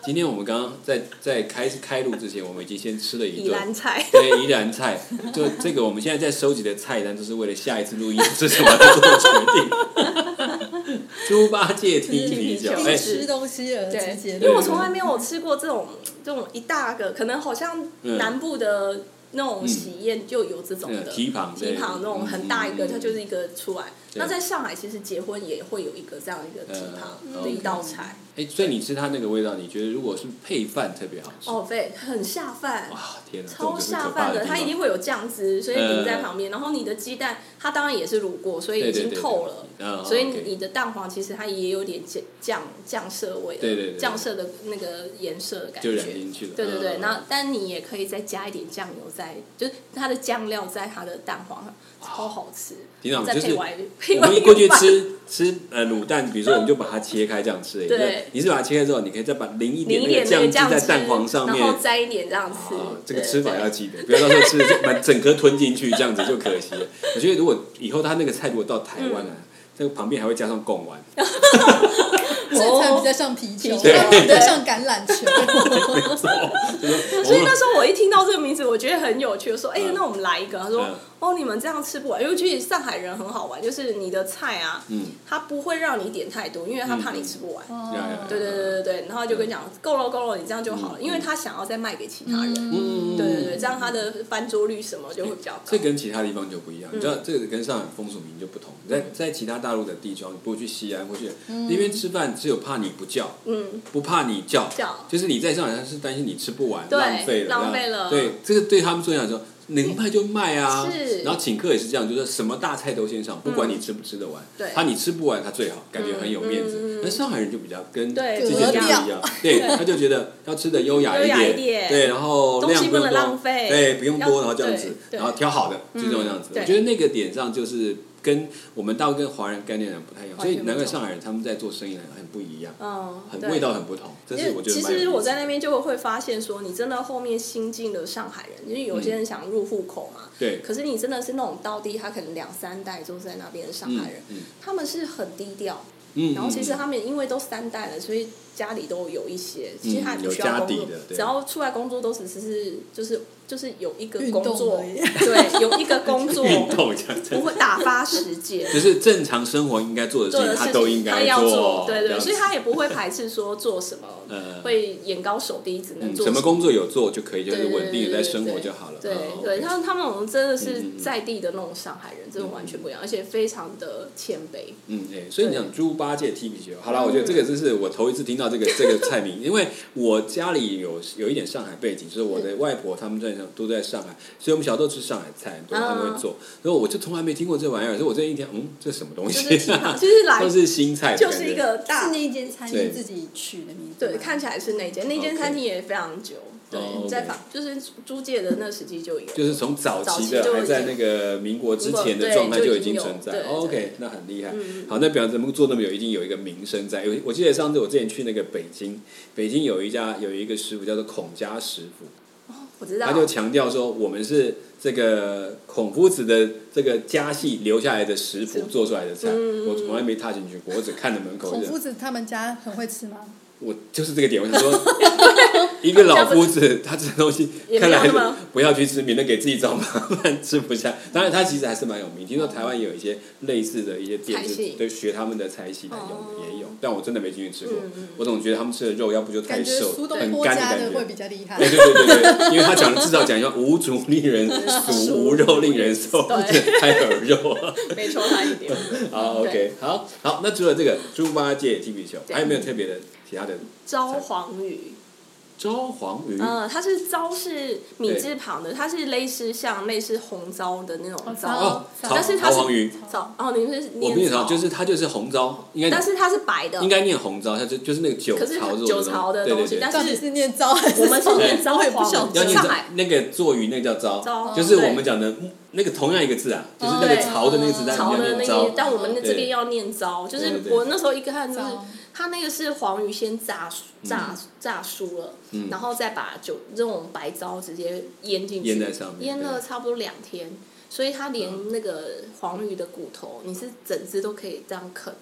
[SPEAKER 1] 今天我们刚刚在在开开录之前，我们已经先吃了一
[SPEAKER 2] 宜
[SPEAKER 1] 顿
[SPEAKER 2] 兰。菜。
[SPEAKER 1] 对，宜兰菜，就这个我们现在在收集的菜单，就是为了下一次录音吃什么做决定。猪八戒踢皮球，
[SPEAKER 2] 踢
[SPEAKER 1] 哎、
[SPEAKER 3] 因
[SPEAKER 2] 皮球
[SPEAKER 3] 吃东西而
[SPEAKER 2] 对
[SPEAKER 3] 直接
[SPEAKER 2] 因为我
[SPEAKER 3] 的。
[SPEAKER 2] 从来没有吃过这种这种一大个，可能好像
[SPEAKER 1] 嗯
[SPEAKER 2] 南部的那种喜宴就有这种
[SPEAKER 1] 嗯
[SPEAKER 2] 的
[SPEAKER 1] 蹄膀对
[SPEAKER 2] 蹄膀那种很大一
[SPEAKER 1] 嗯
[SPEAKER 2] 个，
[SPEAKER 1] 嗯嗯
[SPEAKER 2] 它就是一个出来。
[SPEAKER 1] 对
[SPEAKER 2] 那在上海其实结婚也会有一个这样一个蹄
[SPEAKER 1] 嗯
[SPEAKER 2] 膀的一道菜，
[SPEAKER 1] 哎所以你吃它那个味道，你觉得如果是配饭特别好吃？
[SPEAKER 2] 哦，对，很下饭。
[SPEAKER 1] 哇，天哪，这种
[SPEAKER 2] 超
[SPEAKER 1] 就是
[SPEAKER 2] 下
[SPEAKER 1] 可怕
[SPEAKER 2] 饭
[SPEAKER 1] 的
[SPEAKER 2] 的，
[SPEAKER 1] 地方，
[SPEAKER 2] 它一定会有酱汁，所以
[SPEAKER 1] 嗯
[SPEAKER 2] 淋在旁边。然后你的鸡蛋，它当然也是卤过，所以
[SPEAKER 1] 对
[SPEAKER 2] 已
[SPEAKER 1] 对
[SPEAKER 2] 经
[SPEAKER 1] 对
[SPEAKER 2] 透了。
[SPEAKER 1] 对嗯
[SPEAKER 2] 所以
[SPEAKER 1] OK
[SPEAKER 2] 你的蛋黄其实它也有点酱酱酱色味的，
[SPEAKER 1] 对对对对
[SPEAKER 2] 酱色的那个颜色的感
[SPEAKER 1] 就
[SPEAKER 2] 觉，
[SPEAKER 1] 染进去了
[SPEAKER 2] 对对
[SPEAKER 1] 嗯
[SPEAKER 2] 对，然后但你也可以再加一点酱油在，就是它的酱料在它的蛋黄上，超好吃。
[SPEAKER 1] 你知道吗
[SPEAKER 2] 再
[SPEAKER 1] 哦就是
[SPEAKER 2] 配完
[SPEAKER 1] 我
[SPEAKER 2] <laughs> 配完
[SPEAKER 1] 们过去
[SPEAKER 2] 一碗饭，
[SPEAKER 1] 吃吃呃卤蛋，比如说我们就把它切开这样吃而已。
[SPEAKER 2] 对
[SPEAKER 1] 就是你是把它切开之后，你可以再把淋一点
[SPEAKER 2] 淋一
[SPEAKER 1] 那
[SPEAKER 2] 点
[SPEAKER 1] 个
[SPEAKER 2] 那
[SPEAKER 1] 酱
[SPEAKER 2] 个
[SPEAKER 1] 汁在
[SPEAKER 2] 汁
[SPEAKER 1] 蛋黄上面。
[SPEAKER 2] 然后沾一点这样吃
[SPEAKER 1] 啊，。这
[SPEAKER 2] 对
[SPEAKER 1] 个吃法
[SPEAKER 2] 对
[SPEAKER 1] 要记得，不要到时候吃了就把整颗吞进去，这样子就可惜了。我觉得如果以后他那个菜如果到台湾
[SPEAKER 2] 嗯
[SPEAKER 1] 啊，这个旁边还会加上贡丸，
[SPEAKER 3] 这才比
[SPEAKER 1] 哦
[SPEAKER 3] 较像啤酒，
[SPEAKER 2] 对
[SPEAKER 3] 它比较像橄榄球。
[SPEAKER 2] 所以那时候我一听到这个名字，我觉得很有趣，我说：“哎、
[SPEAKER 1] 嗯
[SPEAKER 2] 那我们来一个。”他说
[SPEAKER 1] 嗯：“
[SPEAKER 2] 哦，你们这样吃不完，因为其实上海人很好玩，就是你的菜啊，
[SPEAKER 1] 嗯，
[SPEAKER 2] 他不会让你点太多，因为他怕你吃不完。
[SPEAKER 1] 呀呀呀
[SPEAKER 2] 哦对对对对对，然后就跟你讲够了够了，你这样就好了，因为他想要再卖给其他人。
[SPEAKER 1] 嗯，
[SPEAKER 2] 对对对，这样他的翻桌率什么就会比较高
[SPEAKER 1] 这。跟其他地方就不一样，你知
[SPEAKER 2] 嗯
[SPEAKER 1] 道，这个跟上海风俗民就不同。在在其他大陆的地方，你不如去西安或去那边吃饭，只有怕你不叫，
[SPEAKER 2] 嗯，
[SPEAKER 1] 不怕你叫，
[SPEAKER 2] 叫
[SPEAKER 1] 就是你在上海，他是担心你吃不完，
[SPEAKER 2] 对
[SPEAKER 1] 浪费了，
[SPEAKER 2] 浪费
[SPEAKER 1] 这样
[SPEAKER 2] 了
[SPEAKER 1] 对，这个对他们说来说，能卖就卖啊。
[SPEAKER 2] 是嗯
[SPEAKER 1] 然后请客也是这样，就是什么大菜都先上，不管你吃不吃得完。
[SPEAKER 2] 对
[SPEAKER 1] 他你吃不完，他最好，感觉很有面子。
[SPEAKER 2] 嗯嗯嗯
[SPEAKER 1] 那上海人就比较跟
[SPEAKER 2] 对
[SPEAKER 1] 这些就不一
[SPEAKER 3] 格调
[SPEAKER 1] 样，对，他就觉得要吃的优雅
[SPEAKER 2] 优雅
[SPEAKER 1] 点，
[SPEAKER 2] 一点
[SPEAKER 1] 对，然后
[SPEAKER 2] 东西
[SPEAKER 1] 量
[SPEAKER 2] 不
[SPEAKER 1] 用
[SPEAKER 2] 能
[SPEAKER 1] 多，
[SPEAKER 2] 浪费
[SPEAKER 1] 对，不用
[SPEAKER 2] 要
[SPEAKER 1] 多，然后这样子，
[SPEAKER 2] 对对嗯
[SPEAKER 1] 然后挑好的，就这种样子。
[SPEAKER 2] 对
[SPEAKER 1] 我觉得那个点上就是跟我们大陆跟华人概念不太一样，所以
[SPEAKER 2] 完全不
[SPEAKER 1] 难怪
[SPEAKER 2] 同
[SPEAKER 1] 上海人他们在做生意很不一样，
[SPEAKER 2] 嗯，
[SPEAKER 1] 很
[SPEAKER 2] 对
[SPEAKER 1] 味道很不同，这是
[SPEAKER 2] 因
[SPEAKER 1] 我
[SPEAKER 2] 为
[SPEAKER 1] 觉得
[SPEAKER 2] 其
[SPEAKER 1] 蛮有
[SPEAKER 2] 实
[SPEAKER 1] 意
[SPEAKER 2] 我
[SPEAKER 1] 思
[SPEAKER 2] 在
[SPEAKER 1] 的
[SPEAKER 2] 那边就会发现说，你真的后面新进的上海人，因为有些人想入户口嘛，
[SPEAKER 1] 对
[SPEAKER 2] 可是你真的是那种到地，他可能两三代都是在那边的上海人，
[SPEAKER 1] 嗯
[SPEAKER 2] 他们是很低调，
[SPEAKER 1] 嗯，嗯
[SPEAKER 2] 然后其实
[SPEAKER 1] 嗯
[SPEAKER 2] 他们因为都三代了，所以家里都有一些，其实他也不需
[SPEAKER 1] 有
[SPEAKER 2] 要
[SPEAKER 1] 家
[SPEAKER 2] 工
[SPEAKER 1] 底
[SPEAKER 2] 作
[SPEAKER 1] 的，对
[SPEAKER 2] 只要出来工作都只是就是就是有一个
[SPEAKER 3] 运
[SPEAKER 2] 工
[SPEAKER 1] <laughs>
[SPEAKER 3] 动
[SPEAKER 2] 作，
[SPEAKER 3] 而已
[SPEAKER 2] 对，有一个工作
[SPEAKER 1] 运动这样子
[SPEAKER 2] 不，会打发时间，
[SPEAKER 1] 就是正常生活应该做的
[SPEAKER 2] 做
[SPEAKER 1] 情，
[SPEAKER 2] 的事情
[SPEAKER 1] 都应
[SPEAKER 2] 他
[SPEAKER 1] 该
[SPEAKER 2] 要
[SPEAKER 1] 做，
[SPEAKER 2] 对
[SPEAKER 1] 这
[SPEAKER 2] 对，
[SPEAKER 1] 样
[SPEAKER 2] 所以
[SPEAKER 1] 子
[SPEAKER 2] 他也不会排斥说做什么，
[SPEAKER 1] 嗯
[SPEAKER 2] 会眼高手低，只能
[SPEAKER 1] 嗯
[SPEAKER 2] 做
[SPEAKER 1] 什么
[SPEAKER 2] 工。
[SPEAKER 1] 工作有做就可以，就
[SPEAKER 2] 对
[SPEAKER 1] 是
[SPEAKER 2] 对
[SPEAKER 1] 稳定
[SPEAKER 2] 对
[SPEAKER 1] 的在
[SPEAKER 2] 对
[SPEAKER 1] 生活
[SPEAKER 2] 对
[SPEAKER 1] 就好了。
[SPEAKER 2] 对
[SPEAKER 1] 哦
[SPEAKER 2] 对，
[SPEAKER 1] ，OK
[SPEAKER 2] 他们他们真的是
[SPEAKER 1] 嗯嗯嗯
[SPEAKER 2] 在地的那种上海人，真的完全不一样，而且非常的谦卑。
[SPEAKER 1] 嗯，哎、所以你讲猪八戒踢皮球，好啦，我觉
[SPEAKER 2] 嗯
[SPEAKER 1] 得这个真是我头一次听到这个这个菜名，因为我家里有有一点上海背景，就是我的外婆他们在上都在上海，所以我们小时候吃上海菜很多，他们会做，
[SPEAKER 2] 啊
[SPEAKER 1] 所以我就从来没听过这玩意儿，所以我这一听，嗯，这什么东
[SPEAKER 2] 就
[SPEAKER 1] 西、
[SPEAKER 2] 是其他，就是来
[SPEAKER 1] 都是新菜的感
[SPEAKER 2] 就
[SPEAKER 1] 觉，
[SPEAKER 2] 是一个
[SPEAKER 3] 是
[SPEAKER 2] 大
[SPEAKER 3] 那一间餐
[SPEAKER 1] 对
[SPEAKER 3] 厅自己取的名字吗，
[SPEAKER 2] 对，看起来是那间，那间餐厅也非常久，对
[SPEAKER 1] 哦，，OK
[SPEAKER 2] 在房就是租借的那时期就有，
[SPEAKER 1] 就是从早期
[SPEAKER 2] 早期
[SPEAKER 1] 的
[SPEAKER 2] 就
[SPEAKER 1] 还在那个民国之前的状态就已经存在。哦
[SPEAKER 2] 对就已经有对
[SPEAKER 1] OK，
[SPEAKER 2] 对
[SPEAKER 1] 那很厉害
[SPEAKER 2] 嗯。
[SPEAKER 1] 好，那表示咱们做那么久，已经有一个名声在。有我记得上次我之前去那个北京，北京有一家有一个师傅叫做孔家师傅，
[SPEAKER 2] 我知道
[SPEAKER 1] 他，就强调说我们是这个孔夫子的这个家系留下来的食谱做出来的菜。
[SPEAKER 2] 嗯
[SPEAKER 1] 我从来没踏进去过，我只看着门口
[SPEAKER 3] 孔
[SPEAKER 1] 人
[SPEAKER 3] 夫。子他们家很会吃吗？
[SPEAKER 1] 我就是这个点，我想
[SPEAKER 2] <laughs>
[SPEAKER 1] 说，一个老夫子，他这东西
[SPEAKER 2] 也
[SPEAKER 1] 看
[SPEAKER 2] 没有
[SPEAKER 1] 来还是
[SPEAKER 2] 那么
[SPEAKER 1] 不要去吃，免得给自己找麻烦，吃不下。当然，他其实还是蛮有名，听说台湾有一些类似的一些店
[SPEAKER 2] 哦菜
[SPEAKER 1] 是
[SPEAKER 2] 系
[SPEAKER 1] 对学他们的菜系来用
[SPEAKER 2] 哦
[SPEAKER 1] 的，也有，但我真的没进去吃过
[SPEAKER 2] 嗯嗯。
[SPEAKER 1] 我总觉得他们吃的肉，要不就太
[SPEAKER 3] 感觉
[SPEAKER 1] 瘦，
[SPEAKER 3] 苏东
[SPEAKER 1] 很
[SPEAKER 3] 坡
[SPEAKER 1] 干
[SPEAKER 3] 家
[SPEAKER 1] 感
[SPEAKER 3] 的
[SPEAKER 1] 觉。
[SPEAKER 3] 会
[SPEAKER 1] 哎
[SPEAKER 3] 比较厉害
[SPEAKER 1] 对。对对对对，因为他讲的至少讲一下无足令
[SPEAKER 2] <laughs>
[SPEAKER 1] 人俗，无肉令人瘦， <laughs>
[SPEAKER 2] 对
[SPEAKER 1] 还有肉。
[SPEAKER 2] 没错，他一
[SPEAKER 1] <laughs>
[SPEAKER 2] 点。
[SPEAKER 1] 好
[SPEAKER 2] 对
[SPEAKER 1] ，OK，好好。那除了这个猪八戒踢皮球，
[SPEAKER 2] 对嗯
[SPEAKER 1] 还有没有特别的其他的？
[SPEAKER 2] 招黄鱼，
[SPEAKER 1] 招黄鱼。
[SPEAKER 2] 嗯，它是招是米字旁的，它是类似像类似红糟的那种糟，
[SPEAKER 1] 哦，
[SPEAKER 3] 糟
[SPEAKER 1] 曹
[SPEAKER 2] 但是它
[SPEAKER 1] 曹
[SPEAKER 2] 是
[SPEAKER 1] 黄鱼，
[SPEAKER 2] 糟哦，你们是
[SPEAKER 1] 我跟
[SPEAKER 2] 念
[SPEAKER 1] 你讲，就是它就是红糟，应该
[SPEAKER 2] 但是它是白的
[SPEAKER 1] 应，该念红糟，它就就是那个酒
[SPEAKER 2] 可是它
[SPEAKER 1] 槽
[SPEAKER 2] 酒槽的
[SPEAKER 1] 对
[SPEAKER 2] 东
[SPEAKER 1] 对
[SPEAKER 2] 西
[SPEAKER 1] 对，
[SPEAKER 2] 但
[SPEAKER 3] 到底是念招还是
[SPEAKER 2] 我们是念
[SPEAKER 3] 招
[SPEAKER 2] 招
[SPEAKER 3] 我也不
[SPEAKER 2] 黄
[SPEAKER 3] 晓
[SPEAKER 1] 要
[SPEAKER 3] 得
[SPEAKER 1] 念
[SPEAKER 2] 上
[SPEAKER 1] 糟
[SPEAKER 2] 海
[SPEAKER 1] 那个做鱼那个叫糟，
[SPEAKER 2] 糟
[SPEAKER 1] 就是
[SPEAKER 2] 对
[SPEAKER 1] 我们讲的那个同样一个字啊，就是那个
[SPEAKER 2] 对
[SPEAKER 1] 槽的那个字，但是
[SPEAKER 2] 潮
[SPEAKER 1] 要
[SPEAKER 2] 的那
[SPEAKER 1] 念
[SPEAKER 2] 个
[SPEAKER 1] 糟，，
[SPEAKER 2] 但我们
[SPEAKER 1] 对
[SPEAKER 2] 这边要念糟，就
[SPEAKER 1] 对
[SPEAKER 2] 是
[SPEAKER 1] 对
[SPEAKER 2] 我那时候一看就是
[SPEAKER 3] 糟
[SPEAKER 2] 它那个是黄鱼先炸熟
[SPEAKER 1] 嗯
[SPEAKER 2] 炸炸熟了，然后再把酒这种白糟直接腌进去，
[SPEAKER 1] 腌在上面
[SPEAKER 2] 腌了
[SPEAKER 1] 对
[SPEAKER 2] 差不多两天，所以它连那个黄鱼的骨头，你是整只都可以这样啃，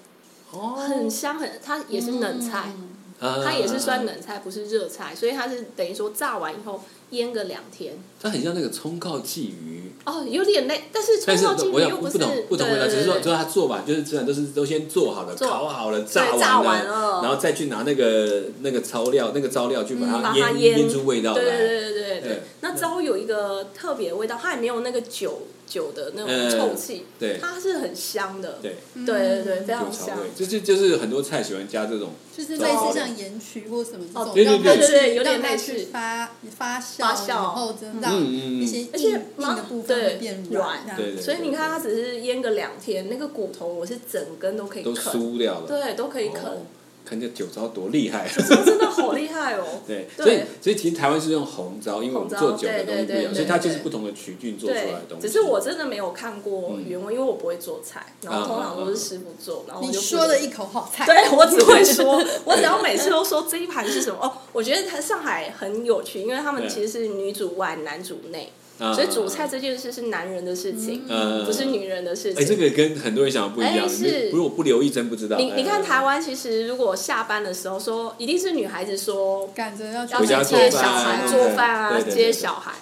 [SPEAKER 2] 很香很，它也是冷菜，
[SPEAKER 1] 哦啊
[SPEAKER 2] 它也是算，冷菜，不是热菜，所以它是等于说炸完以后腌个两天。
[SPEAKER 1] 它很像那个葱告鲫鱼。
[SPEAKER 2] 哦，有点累，但是
[SPEAKER 1] 但
[SPEAKER 2] 葱
[SPEAKER 1] 是
[SPEAKER 2] 烧金
[SPEAKER 1] 我
[SPEAKER 2] 鱼又
[SPEAKER 1] 想不
[SPEAKER 2] 是
[SPEAKER 1] 同不同味
[SPEAKER 2] 对
[SPEAKER 1] 道，
[SPEAKER 2] 对
[SPEAKER 1] 只是说
[SPEAKER 2] 对
[SPEAKER 1] 就是它做法就是基本上都是都先做好了、
[SPEAKER 2] 做
[SPEAKER 1] 烤好了、
[SPEAKER 2] 对
[SPEAKER 1] 完
[SPEAKER 2] 炸
[SPEAKER 1] 了，
[SPEAKER 2] 完了
[SPEAKER 1] 然后再去拿那个那个糟料、那个糟料去把
[SPEAKER 2] 嗯把
[SPEAKER 1] 它
[SPEAKER 2] 它
[SPEAKER 1] 腌
[SPEAKER 2] 腌
[SPEAKER 1] 腌出味道来。
[SPEAKER 2] 对对对对对
[SPEAKER 1] 对
[SPEAKER 2] 对。那糟有一个特别的味道，它也没有那个酒酒的那
[SPEAKER 1] 嗯
[SPEAKER 2] 种臭气，
[SPEAKER 1] 对
[SPEAKER 2] 它是很香的。
[SPEAKER 1] 对
[SPEAKER 3] 嗯
[SPEAKER 2] 对对对非
[SPEAKER 1] 有
[SPEAKER 2] 常
[SPEAKER 1] 潮
[SPEAKER 2] 香
[SPEAKER 1] 味。，就是就是很多菜喜欢加这种
[SPEAKER 3] 就是类似像盐曲或什么这
[SPEAKER 2] 哦
[SPEAKER 3] 种，
[SPEAKER 2] 对
[SPEAKER 1] 对
[SPEAKER 3] 让
[SPEAKER 1] 对
[SPEAKER 3] 它
[SPEAKER 1] 对
[SPEAKER 2] 对
[SPEAKER 3] 去
[SPEAKER 2] 有点
[SPEAKER 3] 让它
[SPEAKER 2] 类
[SPEAKER 3] 去
[SPEAKER 2] 似
[SPEAKER 3] 发发酵，
[SPEAKER 2] 发酵
[SPEAKER 3] 然后真的让
[SPEAKER 1] 嗯嗯嗯
[SPEAKER 3] 一些
[SPEAKER 2] 而
[SPEAKER 3] 硬
[SPEAKER 2] 且
[SPEAKER 3] 硬
[SPEAKER 2] 蛮
[SPEAKER 3] 的部分
[SPEAKER 2] 对
[SPEAKER 3] 会变
[SPEAKER 2] 软
[SPEAKER 3] 这样
[SPEAKER 1] 对对
[SPEAKER 2] 所以你看，它只是腌个两天，那个骨头我是整根都可以
[SPEAKER 1] 都
[SPEAKER 2] 啃，
[SPEAKER 1] 酥掉了。
[SPEAKER 2] 对，都可以
[SPEAKER 1] 哦
[SPEAKER 2] 啃，，
[SPEAKER 1] 看这酒糟多厉
[SPEAKER 2] <laughs>
[SPEAKER 1] 害。。
[SPEAKER 2] 真的好厉害哦
[SPEAKER 1] <laughs> 对，所以
[SPEAKER 2] 对
[SPEAKER 1] 所以其实台湾是用红糟，因为我们
[SPEAKER 2] 红糟
[SPEAKER 1] 做酒的东西不一
[SPEAKER 2] 对对
[SPEAKER 1] 样，
[SPEAKER 2] 对
[SPEAKER 1] 所以它就是不同的曲菌做出来
[SPEAKER 2] 对
[SPEAKER 1] 的东，西。嗯
[SPEAKER 2] 只是我真的没有看过原味，因为我不会做菜，然后通常都
[SPEAKER 1] 啊啊啊
[SPEAKER 2] 是师傅做，然后我
[SPEAKER 3] 你
[SPEAKER 2] 就
[SPEAKER 3] 说了一口好菜，
[SPEAKER 2] <laughs> 对我只会说，我只要每次都说这一盘是什么哦。我觉得它上海很有趣，因为他们其实是女主外男主内，
[SPEAKER 1] 啊
[SPEAKER 2] 所以煮菜这件事是男人的事情，
[SPEAKER 1] 呃
[SPEAKER 2] 不是。女人的事
[SPEAKER 1] 哎，这
[SPEAKER 2] 情。
[SPEAKER 1] 个跟很多人想的不一样，
[SPEAKER 2] 哎是
[SPEAKER 1] 你如果不留意真不知道。
[SPEAKER 2] 你你看
[SPEAKER 1] 哎
[SPEAKER 2] 台，湾，其实如果下班的时候说，一定是女孩子说
[SPEAKER 3] <laughs> 赶着要去
[SPEAKER 2] 要
[SPEAKER 1] 回家
[SPEAKER 2] 去
[SPEAKER 1] 做
[SPEAKER 2] 接
[SPEAKER 1] 饭
[SPEAKER 2] 小
[SPEAKER 1] 啊
[SPEAKER 2] 孩做饭
[SPEAKER 1] 对
[SPEAKER 2] 啊，
[SPEAKER 1] 对对
[SPEAKER 2] 接
[SPEAKER 1] 对
[SPEAKER 2] 小孩。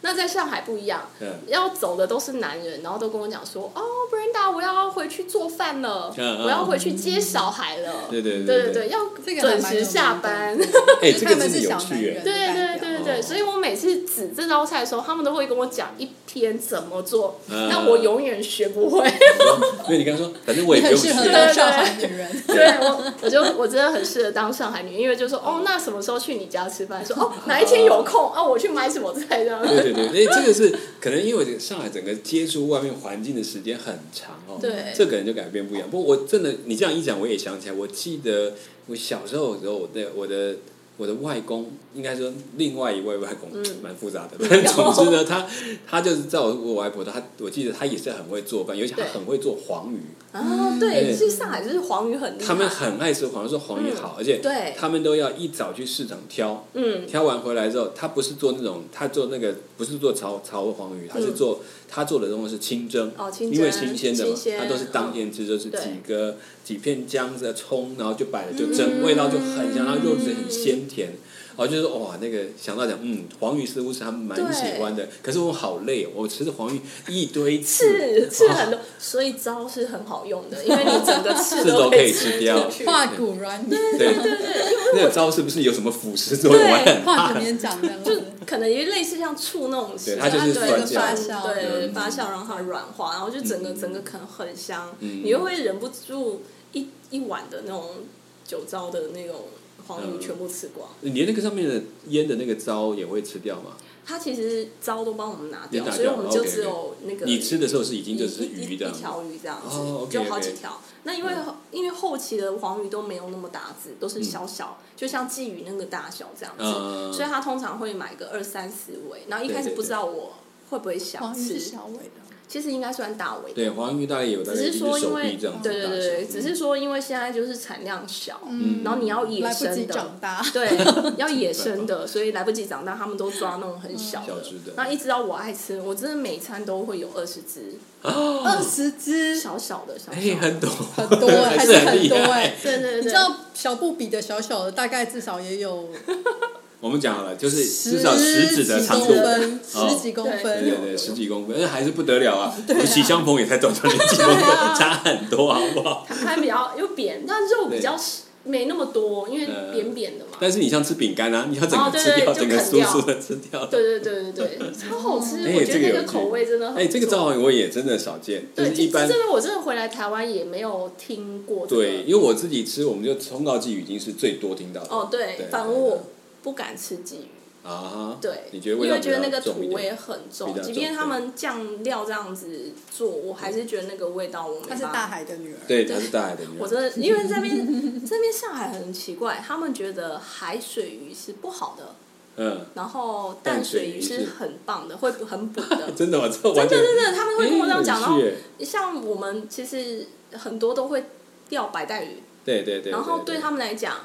[SPEAKER 2] 那在上海不一样，
[SPEAKER 1] 嗯
[SPEAKER 2] 要走的都是男人，然后都跟我讲说，哦，Brenda，我要回去做饭了，
[SPEAKER 1] 嗯嗯
[SPEAKER 2] 我要回去接小孩了，
[SPEAKER 1] 对对
[SPEAKER 2] 对
[SPEAKER 1] 对
[SPEAKER 2] 对，要
[SPEAKER 3] 这个还
[SPEAKER 2] 准
[SPEAKER 3] 蛮有
[SPEAKER 2] 时
[SPEAKER 3] 名的
[SPEAKER 2] 下班。
[SPEAKER 1] <laughs> 哎，这
[SPEAKER 3] 就
[SPEAKER 1] 个
[SPEAKER 3] 是他们
[SPEAKER 1] 真
[SPEAKER 3] 是
[SPEAKER 1] 的有
[SPEAKER 3] 小男
[SPEAKER 1] 趣哎
[SPEAKER 3] 人，
[SPEAKER 2] 对对对
[SPEAKER 1] 哦
[SPEAKER 2] 对，所以我每次指这道菜的时候，他们都会跟我讲一篇怎么做，
[SPEAKER 1] 嗯
[SPEAKER 2] 但我永远学
[SPEAKER 1] <laughs>
[SPEAKER 2] 不会。
[SPEAKER 1] 因为你刚刚说，反正我也
[SPEAKER 3] 你
[SPEAKER 1] 不
[SPEAKER 3] 很
[SPEAKER 2] <laughs>
[SPEAKER 1] 用学
[SPEAKER 3] 适合，
[SPEAKER 2] 对
[SPEAKER 3] 当上海女 <laughs> 人。
[SPEAKER 2] 对我， <laughs> 我就我真的很适合当上海女，因为就说
[SPEAKER 1] 嗯
[SPEAKER 2] 哦，那什么时候去你家吃饭？
[SPEAKER 1] <laughs>
[SPEAKER 2] 说哦，哪一天有空啊，我去买什么菜这样。
[SPEAKER 1] 对对对，哎，这个是可能因为我上海整个接触外面环境的时间很长哦，
[SPEAKER 2] 对
[SPEAKER 1] 这可能就改变不一样。不过我真的，你这样一讲，我也想起来，我记得我小时候的时候，我的我的我的外公，应该说另外一位外公，
[SPEAKER 2] 嗯
[SPEAKER 1] 蛮复
[SPEAKER 2] <laughs>
[SPEAKER 1] 杂的。但总之呢，他他就是在我我外婆的，他我记得他也是很会做饭，尤其他
[SPEAKER 2] 对
[SPEAKER 1] 很会做黄鱼，
[SPEAKER 2] 啊，
[SPEAKER 1] 对
[SPEAKER 2] 对，其实上海就是黄鱼很
[SPEAKER 1] 嗯
[SPEAKER 2] 厉害。嗯
[SPEAKER 1] 他们很爱吃黄鱼，说黄鱼好，而且
[SPEAKER 2] 对
[SPEAKER 1] 他们都要一早去市场挑。
[SPEAKER 2] 嗯，
[SPEAKER 1] 挑完回来之后，他不是做那种，他做那个不是做炒炒黄鱼，
[SPEAKER 2] 嗯
[SPEAKER 1] 他是做、他做的东西是清蒸，
[SPEAKER 2] 哦清蒸
[SPEAKER 1] 因为新鲜的嘛
[SPEAKER 2] 新，鲜哦
[SPEAKER 1] 他都是当天吃，就是
[SPEAKER 2] 对
[SPEAKER 1] 几个几片姜的葱，然后就摆了就蒸，味道就很
[SPEAKER 2] 嗯
[SPEAKER 1] 香，然后肉质很鲜甜。哦，就是哇，那个想到讲，嗯，黄鱼似乎是他们蛮喜欢的，可是我好累、哦，我吃的黄鱼一堆刺，
[SPEAKER 2] 刺刺很多，所以招是很好用的，因为你
[SPEAKER 1] <laughs>
[SPEAKER 2] 整个刺
[SPEAKER 1] 刺都
[SPEAKER 2] 都
[SPEAKER 1] 可
[SPEAKER 2] 可
[SPEAKER 1] 以
[SPEAKER 2] 以
[SPEAKER 1] 哦吃
[SPEAKER 2] 吃
[SPEAKER 1] 掉
[SPEAKER 2] 进去。
[SPEAKER 3] 化骨软绵，
[SPEAKER 1] 对，那个招是不是有什么腐蚀作用？哎我很
[SPEAKER 3] 化骨绵掌这样
[SPEAKER 2] 就
[SPEAKER 3] 子。
[SPEAKER 2] 可能也类似像醋那种形
[SPEAKER 1] 它
[SPEAKER 2] 状，
[SPEAKER 1] 就是
[SPEAKER 2] 对
[SPEAKER 1] 酸
[SPEAKER 3] 酱
[SPEAKER 2] 对
[SPEAKER 1] 嗯
[SPEAKER 2] 发酵让它软化，然后就整个整个可能很香，
[SPEAKER 1] 嗯
[SPEAKER 2] 你又会忍不住一一碗的那种酒糟的那种黄
[SPEAKER 1] 嗯
[SPEAKER 2] 鱼全部吃光。
[SPEAKER 1] 你连那个上面的腌的那个糟也会吃掉吗？
[SPEAKER 2] 它其实糟都帮我们拿
[SPEAKER 1] 也
[SPEAKER 2] 掉，
[SPEAKER 1] 拿掉
[SPEAKER 2] 所以我们
[SPEAKER 1] 了
[SPEAKER 2] 就
[SPEAKER 1] ，OK，OK
[SPEAKER 2] 只有那个
[SPEAKER 1] 你吃的时候是已
[SPEAKER 2] 一
[SPEAKER 1] 经就只是
[SPEAKER 2] 一
[SPEAKER 1] 鱼的
[SPEAKER 2] 一，条鱼这样子，
[SPEAKER 1] 哦，OK，OK 嗯
[SPEAKER 2] 就好几条。那因为因为后期的黄鱼都没有那么大只，都是小小，就像鲫鱼那个大小这样子，
[SPEAKER 1] 嗯
[SPEAKER 2] 所以他通常会买个二三十尾。然后一开
[SPEAKER 1] 对对
[SPEAKER 2] 始
[SPEAKER 1] 对
[SPEAKER 2] 不知道我会不会想
[SPEAKER 3] 黄鱼是
[SPEAKER 2] 吃，
[SPEAKER 3] 小尾的，
[SPEAKER 2] 其实应该算大尾，
[SPEAKER 1] 对，黄鱼大概有大概
[SPEAKER 2] 只
[SPEAKER 1] 一
[SPEAKER 2] 是
[SPEAKER 1] 只
[SPEAKER 2] 说因
[SPEAKER 1] 手
[SPEAKER 2] 为
[SPEAKER 1] 臂这样子
[SPEAKER 2] 对
[SPEAKER 1] 的
[SPEAKER 2] 对
[SPEAKER 1] 大
[SPEAKER 2] 对，对
[SPEAKER 1] 小。
[SPEAKER 2] 只是说因为现在就是产量小，
[SPEAKER 1] 嗯
[SPEAKER 2] 然后你要野
[SPEAKER 3] 来不及
[SPEAKER 2] 生的。
[SPEAKER 3] 长大。
[SPEAKER 2] <laughs> 对，要野生的，所以来不及长大，他们都抓那种很小
[SPEAKER 1] 嗯小
[SPEAKER 2] 的
[SPEAKER 1] 只的。
[SPEAKER 2] 那一直到我爱吃，我真的每餐都会有二十只，
[SPEAKER 3] 二十只，
[SPEAKER 2] 小小的，小
[SPEAKER 1] 哎、
[SPEAKER 2] 小的。
[SPEAKER 1] 很多，
[SPEAKER 3] 很
[SPEAKER 1] <laughs>
[SPEAKER 3] 多
[SPEAKER 1] 还
[SPEAKER 3] 还
[SPEAKER 1] 是
[SPEAKER 3] 是
[SPEAKER 1] 很
[SPEAKER 3] 很
[SPEAKER 1] 厉
[SPEAKER 3] 多
[SPEAKER 1] 害
[SPEAKER 3] 哎。
[SPEAKER 2] 对对对，
[SPEAKER 3] 你知道小布比的小小的，大概至少也有
[SPEAKER 1] <laughs> 我们讲好了，就是至
[SPEAKER 3] 十
[SPEAKER 1] 少食指的
[SPEAKER 3] 几
[SPEAKER 1] 长
[SPEAKER 3] 公
[SPEAKER 1] 度，
[SPEAKER 3] 分，
[SPEAKER 1] 哦
[SPEAKER 3] 十几公
[SPEAKER 1] 对
[SPEAKER 3] 分
[SPEAKER 1] 对
[SPEAKER 3] 有。
[SPEAKER 1] 对，十几公分，那还是不得了啊！我们喜相逢也才短短的几
[SPEAKER 2] <laughs>
[SPEAKER 1] 公分，
[SPEAKER 2] 啊
[SPEAKER 1] 差很多，好不好？
[SPEAKER 2] 它比较
[SPEAKER 3] <laughs>
[SPEAKER 2] 又扁，但肉比较没那么多，因为
[SPEAKER 1] 嗯
[SPEAKER 2] 扁扁的嘛。
[SPEAKER 1] 但是你像吃饼干啊，你要整
[SPEAKER 2] 哦
[SPEAKER 1] 个
[SPEAKER 2] 对
[SPEAKER 1] 吃掉，
[SPEAKER 2] 对
[SPEAKER 1] 整
[SPEAKER 2] 就
[SPEAKER 1] 个
[SPEAKER 2] 啃
[SPEAKER 1] 酥
[SPEAKER 2] 掉
[SPEAKER 1] 酥的吃掉。
[SPEAKER 2] 对对对对
[SPEAKER 1] <laughs>
[SPEAKER 2] 对，超好吃！
[SPEAKER 1] 哎
[SPEAKER 2] 我觉
[SPEAKER 1] 这个
[SPEAKER 2] 得
[SPEAKER 1] 有
[SPEAKER 2] 那个口味真的很不
[SPEAKER 1] 哎、
[SPEAKER 2] 错。
[SPEAKER 1] 这个赵黄鱼我也真的少见，就
[SPEAKER 2] 对，
[SPEAKER 1] 是
[SPEAKER 2] 其
[SPEAKER 1] 一
[SPEAKER 2] 实
[SPEAKER 1] 般
[SPEAKER 2] 真的我真的回来台湾也没有听过这
[SPEAKER 1] 对，
[SPEAKER 2] 个。
[SPEAKER 1] 因为我自己吃，我们就冲告鲫鱼已经是最多听到的。
[SPEAKER 2] 哦，
[SPEAKER 1] 对
[SPEAKER 2] 对，反正我不敢吃鲫鱼，
[SPEAKER 1] 啊哈，
[SPEAKER 2] 对，
[SPEAKER 1] 你觉得味
[SPEAKER 2] 因
[SPEAKER 1] 道
[SPEAKER 2] 为觉得那
[SPEAKER 1] 比较
[SPEAKER 2] 个
[SPEAKER 1] 重一点
[SPEAKER 2] 土味啊很
[SPEAKER 1] 比较
[SPEAKER 2] 重，
[SPEAKER 1] 重
[SPEAKER 2] 即便他们酱料这样子做，我还是觉得那个味道我没
[SPEAKER 3] 她
[SPEAKER 2] 办
[SPEAKER 3] 是
[SPEAKER 2] 法。
[SPEAKER 3] 大海的女儿。
[SPEAKER 1] 对，它是大海的鱼。
[SPEAKER 2] 我真的，因为这边这边上海很奇怪，他们觉得海水鱼是不好的，
[SPEAKER 1] 嗯，
[SPEAKER 2] 然后
[SPEAKER 1] 淡
[SPEAKER 2] 淡
[SPEAKER 1] 水
[SPEAKER 2] 水
[SPEAKER 1] 鱼
[SPEAKER 2] 鱼
[SPEAKER 1] 是。
[SPEAKER 2] 是很棒的，会很补的
[SPEAKER 1] 真的吗？ <laughs> 这
[SPEAKER 2] 真
[SPEAKER 1] 完
[SPEAKER 2] 的
[SPEAKER 1] 全
[SPEAKER 2] 真的，他们会跟我这样讲，
[SPEAKER 1] 哎
[SPEAKER 2] 然后
[SPEAKER 1] 很有趣耶
[SPEAKER 2] 像我们其实很多都会钓白带鱼，
[SPEAKER 1] 对对对，
[SPEAKER 2] 然后对
[SPEAKER 1] 他
[SPEAKER 2] 他们来讲，